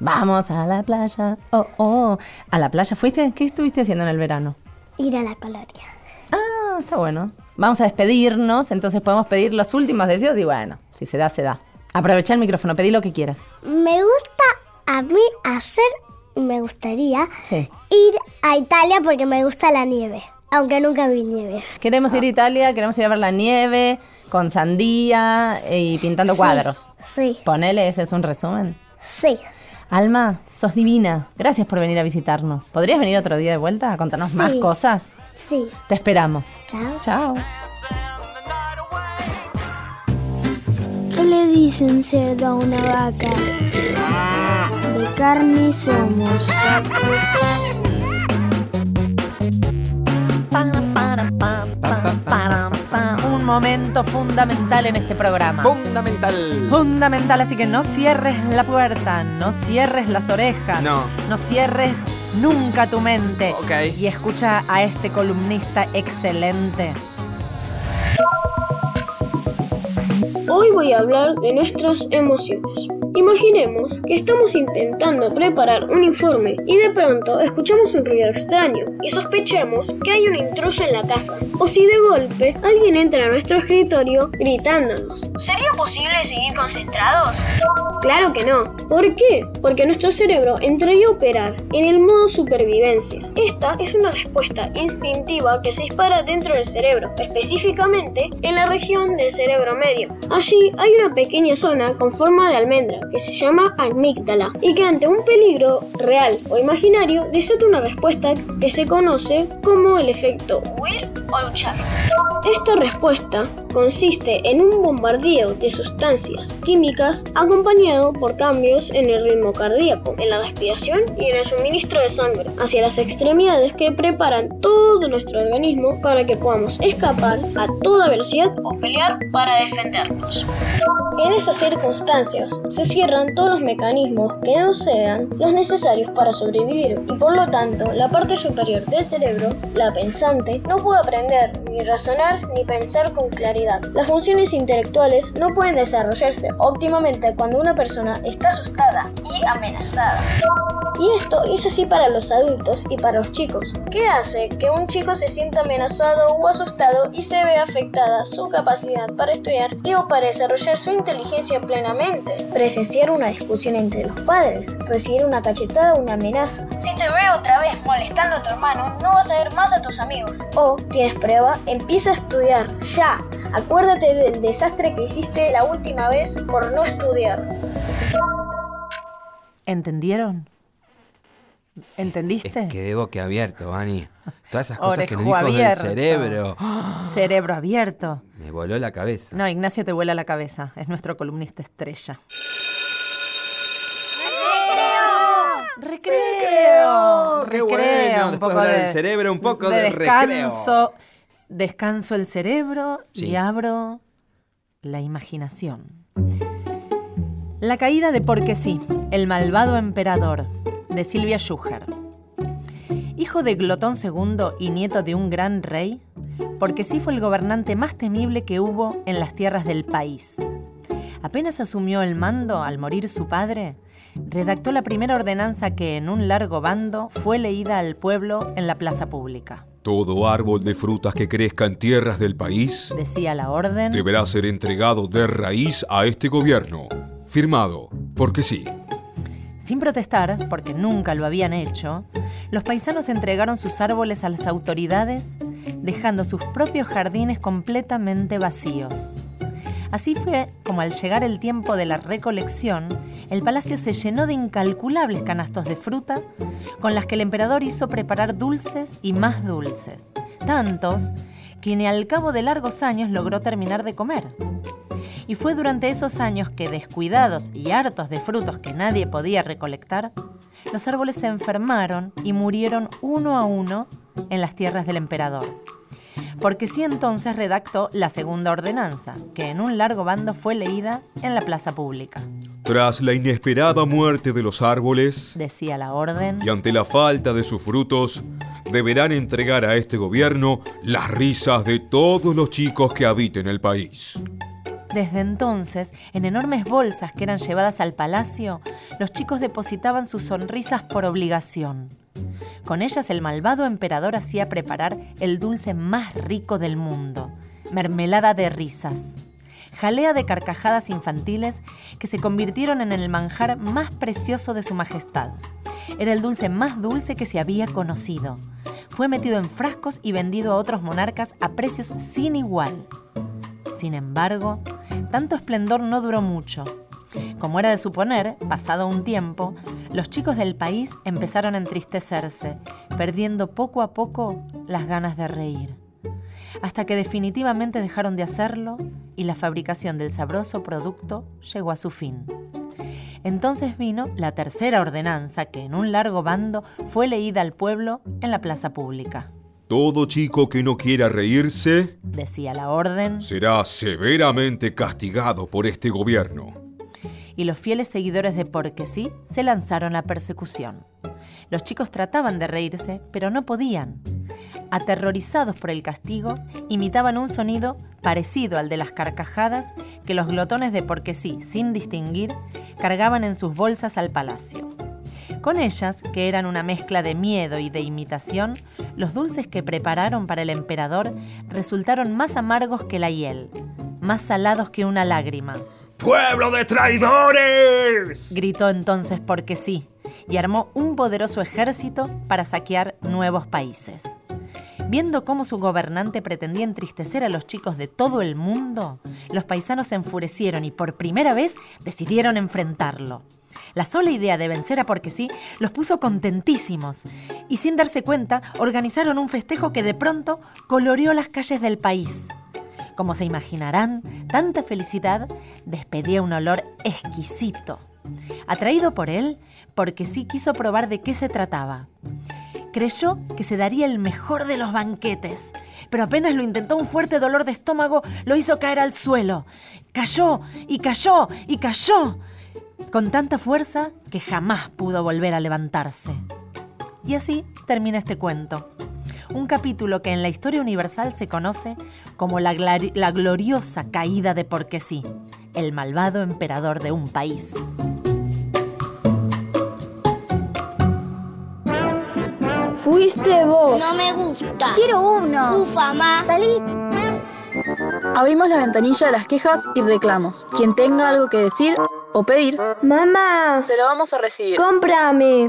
[SPEAKER 2] Vamos a la playa. Oh, oh. ¿A la playa fuiste? ¿Qué estuviste haciendo en el verano?
[SPEAKER 5] Ir a la colonia.
[SPEAKER 2] Ah, está bueno. Vamos a despedirnos, entonces podemos pedir los últimos deseos y bueno, si se da, se da. Aprovecha el micrófono, pedí lo que quieras.
[SPEAKER 5] Me gusta a mí hacer, me gustaría
[SPEAKER 2] Sí.
[SPEAKER 5] ir a Italia porque me gusta la nieve. Aunque nunca vi nieve.
[SPEAKER 2] Queremos
[SPEAKER 5] Ah.
[SPEAKER 2] ir a Italia, queremos ir a ver la nieve con sandía y pintando
[SPEAKER 5] Sí.
[SPEAKER 2] cuadros.
[SPEAKER 5] Sí.
[SPEAKER 2] Ponele, ese es un resumen.
[SPEAKER 5] Sí.
[SPEAKER 2] Alma, sos divina. Gracias por venir a visitarnos. ¿Podrías venir otro día de vuelta a contarnos más
[SPEAKER 5] Sí.
[SPEAKER 2] cosas?
[SPEAKER 5] Sí.
[SPEAKER 2] Te esperamos.
[SPEAKER 5] Chao.
[SPEAKER 2] Chao.
[SPEAKER 1] ¿Qué le dicen cerdo a una vaca? De carne somos.
[SPEAKER 3] Param,
[SPEAKER 2] Ah,
[SPEAKER 3] pam. Un momento fundamental en este programa.
[SPEAKER 14] Fundamental.
[SPEAKER 3] Fundamental, así que no cierres la puerta, no cierres las orejas,
[SPEAKER 14] No.
[SPEAKER 3] no cierres nunca tu mente. Y escucha a este columnista excelente.
[SPEAKER 15] Hoy voy a hablar de nuestras emociones. Imaginemos que estamos intentando preparar un informe y de pronto escuchamos un ruido extraño y sospechamos que hay un intruso en la casa. O si de golpe alguien entra a nuestro escritorio gritándonos. ¿Sería posible seguir concentrados? Claro que no. ¿Por qué? Porque nuestro cerebro entraría a operar en el modo supervivencia. Esta es una respuesta instintiva que se dispara dentro del cerebro, específicamente en la región del cerebro medio. Allí hay una pequeña zona con forma de almendra que se llama amígdala y que ante un peligro real o imaginario desata una respuesta que se conoce como el efecto huir o luchar. Esta respuesta consiste en un bombardeo de sustancias químicas acompañado por cambios en el ritmo cardíaco, en la respiración y en el suministro de sangre hacia las extremidades que preparan todo nuestro organismo para que podamos escapar a toda velocidad o pelear para defendernos. En esas circunstancias se cierran todos los mecanismos que no sean los necesarios para sobrevivir y por lo tanto la parte superior del cerebro, la pensante, no puede aprender ni razonar ni pensar con claridad. Las funciones intelectuales no pueden desarrollarse óptimamente cuando una persona está asustada y amenazada. Y esto es así para los adultos y para los chicos. ¿Qué hace que un chico se sienta amenazado o asustado y se ve afectada su capacidad para estudiar y o para desarrollar su inteligencia plenamente? Presenciar una discusión entre los padres, recibir una cachetada o una amenaza. Si te veo otra vez molestando a tu hermano, no vas a ver más a tus amigos. O tienes prueba, empieza a estudiar ya. Acuérdate del desastre que hiciste la última vez por no estudiar.
[SPEAKER 2] ¿Entendieron? ¿Entendiste?
[SPEAKER 3] Quedé boquiabierto, Vani. Todas esas cosas que nos dijo del
[SPEAKER 2] Orejuabierto.
[SPEAKER 3] cerebro.
[SPEAKER 2] Cerebro abierto.
[SPEAKER 3] Me voló la cabeza.
[SPEAKER 2] No, Ignacio te vuela la cabeza. Es nuestro columnista estrella. ¡Recreo!
[SPEAKER 3] ¡Qué
[SPEAKER 2] Recreo,
[SPEAKER 3] bueno!
[SPEAKER 2] un
[SPEAKER 3] Después
[SPEAKER 2] poco
[SPEAKER 3] de hablar
[SPEAKER 2] de-
[SPEAKER 3] del cerebro, un poco de,
[SPEAKER 2] de
[SPEAKER 3] recreo.
[SPEAKER 2] descanso. Descanso el cerebro
[SPEAKER 3] Sí.
[SPEAKER 2] y abro la imaginación. La caída de Porque sí, el malvado emperador, de Silvia Schuher. Hijo de Glotón II y nieto de un gran rey, Porque sí fue el gobernante más temible que hubo en las tierras del país. Apenas asumió el mando al morir su padre, redactó la primera ordenanza que en un largo bando fue leída al pueblo en la plaza pública.
[SPEAKER 16] Todo árbol de frutas que crezca en tierras del país
[SPEAKER 2] Decía la orden.
[SPEAKER 16] deberá ser entregado de raíz a este gobierno. Firmado, porque sí.
[SPEAKER 2] Sin protestar, porque nunca lo habían hecho, los paisanos entregaron sus árboles a las autoridades, dejando sus propios jardines completamente vacíos. Así fue como al llegar el tiempo de la recolección, el palacio se llenó de incalculables canastos de fruta, con las que el emperador hizo preparar dulces y más dulces, tantos que ni al cabo de largos años logró terminar de comer. Y fue durante esos años que, descuidados y hartos de frutos que nadie podía recolectar, los árboles se enfermaron y murieron uno a uno en las tierras del emperador. Porque sí entonces redactó la segunda ordenanza, que en un largo bando fue leída en la plaza pública.
[SPEAKER 16] Tras la inesperada muerte de los árboles
[SPEAKER 2] Decía la orden,
[SPEAKER 16] y ante la falta de sus frutos, deberán entregar a este gobierno las risas de todos los chicos que habiten el país.
[SPEAKER 2] Desde entonces, en enormes bolsas que eran llevadas al palacio, los chicos depositaban sus sonrisas por obligación. Con ellas el malvado emperador hacía preparar el dulce más rico del mundo, mermelada de risas, jalea de carcajadas infantiles que se convirtieron en el manjar más precioso de su majestad. Era el dulce más dulce que se había conocido. Fue metido en frascos y vendido a otros monarcas a precios sin igual. Sin embargo, tanto esplendor no duró mucho. Como era de suponer, pasado un tiempo, los chicos del país empezaron a entristecerse, perdiendo poco a poco las ganas de reír. Hasta que definitivamente dejaron de hacerlo y la fabricación del sabroso producto llegó a su fin. Entonces vino la tercera ordenanza que en un largo bando fue leída al pueblo en la plaza pública.
[SPEAKER 16] Todo chico que no quiera reírse
[SPEAKER 2] Decía la orden
[SPEAKER 16] será severamente castigado por este gobierno.
[SPEAKER 2] y los fieles seguidores de Porque sí se lanzaron a persecución. Los chicos trataban de reírse, pero no podían. Aterrorizados por el castigo, imitaban un sonido parecido al de las carcajadas que los glotones de Porque sí, sin distinguir, cargaban en sus bolsas al palacio. Con ellas, que eran una mezcla de miedo y de imitación, los dulces que prepararon para el emperador resultaron más amargos que la hiel, más salados que una lágrima.
[SPEAKER 17] ¡Pueblo de traidores!
[SPEAKER 2] Gritó entonces porque sí, y armó un poderoso ejército para saquear nuevos países. Viendo cómo su gobernante pretendía entristecer a los chicos de todo el mundo, los paisanos se enfurecieron y por primera vez decidieron enfrentarlo. La sola idea de vencer a porque sí los puso contentísimos y sin darse cuenta organizaron un festejo que de pronto coloreó las calles del país. Como se imaginarán, tanta felicidad despedía un olor exquisito. Atraído por él, porque sí quiso probar de qué se trataba. Creyó que se daría el mejor de los banquetes, pero apenas lo intentó un fuerte dolor de estómago lo hizo caer al suelo. Cayó y cayó y cayó con tanta fuerza que jamás pudo volver a levantarse. Y así termina este cuento. Un capítulo que en la historia universal se conoce como la, glari- la gloriosa caída de Porque sí, el malvado emperador de un país.
[SPEAKER 5] Fuiste vos.
[SPEAKER 4] No me gusta.
[SPEAKER 5] Quiero uno.
[SPEAKER 4] Ufa, ma.
[SPEAKER 5] Salí.
[SPEAKER 6] Abrimos la ventanilla de las quejas y reclamos. Quien tenga algo que decir o pedir,
[SPEAKER 5] Mamá,
[SPEAKER 6] se lo vamos a recibir.
[SPEAKER 5] cómprame.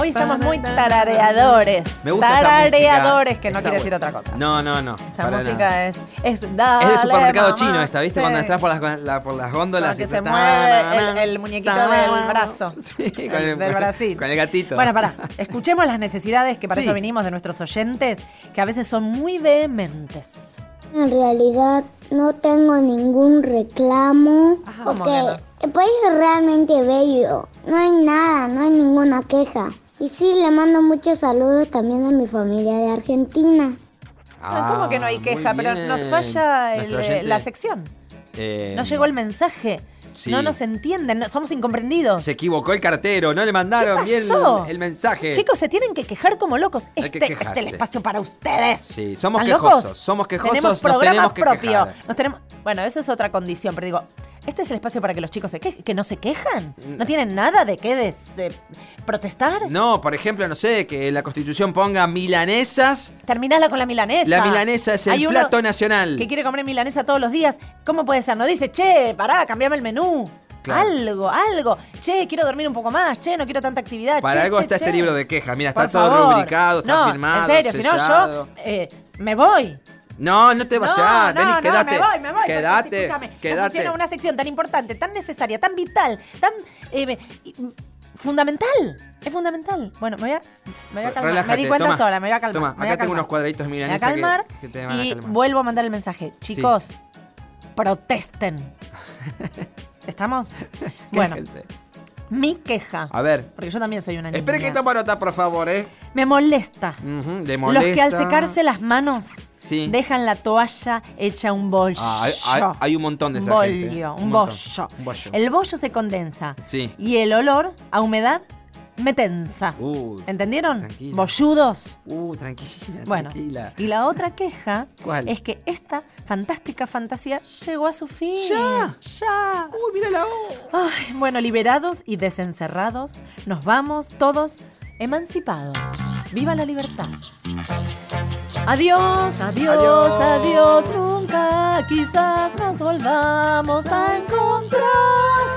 [SPEAKER 2] Hoy estamos muy tarareadores.
[SPEAKER 3] Me gusta esta
[SPEAKER 2] tarareadores,
[SPEAKER 3] música.
[SPEAKER 2] que no
[SPEAKER 3] Está
[SPEAKER 2] quiere decir
[SPEAKER 3] buena.
[SPEAKER 2] otra cosa.
[SPEAKER 3] No, no, no.
[SPEAKER 2] Esta
[SPEAKER 3] para
[SPEAKER 2] música
[SPEAKER 3] nada.
[SPEAKER 2] es. Es, dale,
[SPEAKER 3] Es de supermercado
[SPEAKER 2] mamá.
[SPEAKER 3] chino esta, ¿viste?
[SPEAKER 2] Sí.
[SPEAKER 3] Cuando entras por las, la- por las góndolas
[SPEAKER 2] Cuando que
[SPEAKER 3] y
[SPEAKER 2] se
[SPEAKER 3] ta-
[SPEAKER 2] mueve el,
[SPEAKER 3] na-
[SPEAKER 2] el muñequito
[SPEAKER 3] ta-
[SPEAKER 2] del brazo.
[SPEAKER 3] Sí,
[SPEAKER 2] el- del bracito.
[SPEAKER 3] Con el gatito.
[SPEAKER 2] Bueno, pará, escuchemos las necesidades que para
[SPEAKER 3] Sí.
[SPEAKER 2] eso vinimos de nuestros oyentes, que a veces son muy vehementes.
[SPEAKER 5] En realidad no tengo ningún reclamo
[SPEAKER 2] ¿cómo
[SPEAKER 5] porque
[SPEAKER 2] que no?
[SPEAKER 5] el país es realmente bello. No hay nada, no hay ninguna queja. Y sí, le mando muchos saludos también a mi familia de Argentina.
[SPEAKER 2] ¿Cómo que no hay
[SPEAKER 3] Ah, muy
[SPEAKER 2] queja? Pero
[SPEAKER 3] bien.
[SPEAKER 2] nos falla el-
[SPEAKER 3] Nuestro oyente,
[SPEAKER 2] la sección.
[SPEAKER 3] eh,
[SPEAKER 2] No llegó el mensaje.
[SPEAKER 3] sí.
[SPEAKER 2] No nos entienden, no- somos incomprendidos.
[SPEAKER 3] Se equivocó el cartero, no le mandaron bien
[SPEAKER 2] pasó?
[SPEAKER 3] el, el mensaje.
[SPEAKER 2] Chicos, se tienen que quejar como locos.
[SPEAKER 3] Hay
[SPEAKER 2] Este
[SPEAKER 3] que
[SPEAKER 2] es
[SPEAKER 3] quejarse.
[SPEAKER 2] el espacio para ustedes.
[SPEAKER 3] Sí, somos
[SPEAKER 2] ¿Están
[SPEAKER 3] quejosos,
[SPEAKER 2] locos?
[SPEAKER 3] somos quejosos,
[SPEAKER 2] tenemos
[SPEAKER 3] nos
[SPEAKER 2] programa
[SPEAKER 3] tenemos que
[SPEAKER 2] propio.
[SPEAKER 3] quejar.
[SPEAKER 2] Nos tenemos, bueno, eso es otra condición, pero digo, este es el espacio para que los chicos se quejen, que no se quejan. No tienen nada de qué des- eh, protestar.
[SPEAKER 3] No, por ejemplo, no sé, que la constitución ponga milanesas.
[SPEAKER 2] Terminala con la milanesa.
[SPEAKER 3] La milanesa es el
[SPEAKER 2] Hay uno
[SPEAKER 3] plato nacional.
[SPEAKER 2] Que quiere comer milanesa todos los días. ¿Cómo puede ser? No dice, che, pará, cambiame el menú.
[SPEAKER 3] Claro.
[SPEAKER 2] Algo, algo. Che, quiero dormir un poco más. Che, no quiero tanta actividad.
[SPEAKER 3] Para
[SPEAKER 2] Ah, Che,
[SPEAKER 3] algo
[SPEAKER 2] che,
[SPEAKER 3] está este
[SPEAKER 2] che".
[SPEAKER 3] libro de quejas. Mira,
[SPEAKER 2] Por
[SPEAKER 3] está todo
[SPEAKER 2] favor.
[SPEAKER 3] rubricado, está
[SPEAKER 2] no,
[SPEAKER 3] firmado.
[SPEAKER 2] En serio, si no, yo
[SPEAKER 3] sellado.
[SPEAKER 2] eh, me voy.
[SPEAKER 3] No, no te vas
[SPEAKER 2] no,
[SPEAKER 3] a.
[SPEAKER 2] no,
[SPEAKER 3] Vení,
[SPEAKER 2] no,
[SPEAKER 3] quédate.
[SPEAKER 2] me voy, me voy. porque si,
[SPEAKER 3] Quédate.
[SPEAKER 2] escúchame, no
[SPEAKER 3] quédate.
[SPEAKER 2] funciona una sección tan importante, tan necesaria, tan vital, tan eh, y- fundamental. Es fundamental. Bueno, me voy a, me voy a calmar.
[SPEAKER 3] Relájate,
[SPEAKER 2] me di cuenta
[SPEAKER 3] toma,
[SPEAKER 2] sola, me voy a calmar.
[SPEAKER 3] Toma,
[SPEAKER 2] me voy
[SPEAKER 3] acá
[SPEAKER 2] a
[SPEAKER 3] tengo
[SPEAKER 2] calmar.
[SPEAKER 3] unos cuadraditos
[SPEAKER 2] Me voy a
[SPEAKER 3] milanesa que-
[SPEAKER 2] calmar
[SPEAKER 3] que, te van a
[SPEAKER 2] y
[SPEAKER 3] calmar.
[SPEAKER 2] vuelvo a mandar el mensaje. Chicos, protesten. ¿Estamos? Bueno,
[SPEAKER 3] Quéjense.
[SPEAKER 2] mi queja.
[SPEAKER 3] A ver.
[SPEAKER 2] Porque yo también soy una niña.
[SPEAKER 3] Espera que toma nota, por favor, ¿eh?
[SPEAKER 2] Me molesta.
[SPEAKER 3] Ujú,
[SPEAKER 2] Los
[SPEAKER 3] le
[SPEAKER 2] que al
[SPEAKER 3] molesta.
[SPEAKER 2] secarse las manos
[SPEAKER 3] Sí.
[SPEAKER 2] dejan la toalla hecha un bollo.
[SPEAKER 3] Ah, hay, hay- hay un montón de esa
[SPEAKER 2] bollo,
[SPEAKER 3] gente.
[SPEAKER 2] un
[SPEAKER 3] montón.
[SPEAKER 2] bollo.
[SPEAKER 3] Un bollo.
[SPEAKER 2] El bollo se condensa
[SPEAKER 3] Sí.
[SPEAKER 2] y el olor a humedad me tensa.
[SPEAKER 3] Uh,
[SPEAKER 2] ¿Entendieron? Bolludos.
[SPEAKER 3] uh, tranquila.
[SPEAKER 2] Bueno,
[SPEAKER 3] tranquila.
[SPEAKER 2] y la otra queja
[SPEAKER 3] ¿Cuál?
[SPEAKER 2] es que esta fantástica fantasía llegó a su fin. ¡Ya! ¡Ya!
[SPEAKER 3] ¡Uy, mira la
[SPEAKER 2] Ay, bueno, liberados y desencerrados, nos vamos todos emancipados. ¡Viva la libertad! Adiós, adiós, adiós, nunca quizás nos volvamos a encontrar.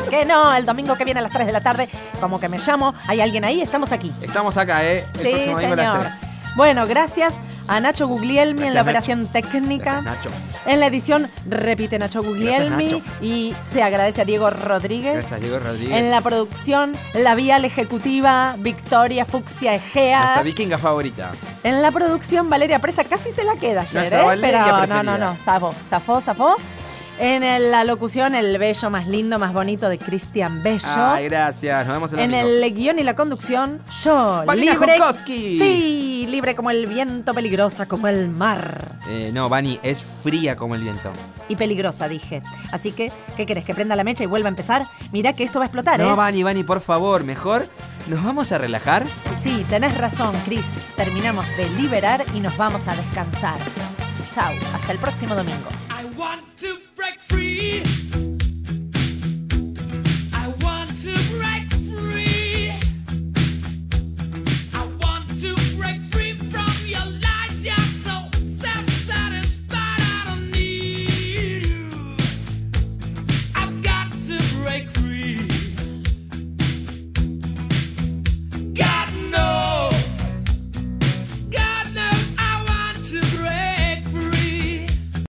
[SPEAKER 2] Que no, el domingo que viene a las 3 de la tarde, como que me llamo, hay alguien ahí, estamos aquí.
[SPEAKER 3] Estamos acá, ¿eh? El
[SPEAKER 2] Sí,
[SPEAKER 3] próximo domingo a
[SPEAKER 2] señor.
[SPEAKER 3] las 3.
[SPEAKER 2] Bueno, gracias a Nacho Guglielmi en la
[SPEAKER 3] Gracias,
[SPEAKER 2] operación técnica.
[SPEAKER 3] Nacho.
[SPEAKER 2] En la edición repite Nacho Guglielmi
[SPEAKER 3] Nacho.
[SPEAKER 2] y se agradece a Diego Rodríguez.
[SPEAKER 3] Gracias, Diego Rodríguez.
[SPEAKER 2] En la producción, la vial ejecutiva, Victoria Fuxia
[SPEAKER 3] Nuestra
[SPEAKER 2] Egea.
[SPEAKER 3] vikinga favorita.
[SPEAKER 2] En la producción, Valeria Presa casi se la queda ayer,
[SPEAKER 3] Nuestra
[SPEAKER 2] ¿eh?
[SPEAKER 3] Valeria
[SPEAKER 2] Pero no,
[SPEAKER 3] preferida.
[SPEAKER 2] no, no, zafó, zafó, zafó. En el- la locución, el bello más lindo, más bonito de Cristian Bello.
[SPEAKER 3] Ay, gracias. Nos vemos el
[SPEAKER 2] En
[SPEAKER 3] domingo.
[SPEAKER 2] el guión y la conducción, yo,
[SPEAKER 3] Vanina
[SPEAKER 2] libre.
[SPEAKER 3] Jonkowski.
[SPEAKER 2] Sí, libre como el viento, peligrosa como el mar.
[SPEAKER 3] Eh, no, Vani, es fría como el viento.
[SPEAKER 2] Y peligrosa, dije. Así que, ¿qué querés? ¿Que prenda la mecha y vuelva a empezar? Mirá que esto va a explotar,
[SPEAKER 3] No,
[SPEAKER 2] ¿eh?
[SPEAKER 3] Vani, Vani, por favor, mejor nos vamos a relajar.
[SPEAKER 2] Sí, tenés razón, Cris. Terminamos de liberar y nos vamos a descansar. Chau, hasta el próximo domingo.
[SPEAKER 18] I want to break free.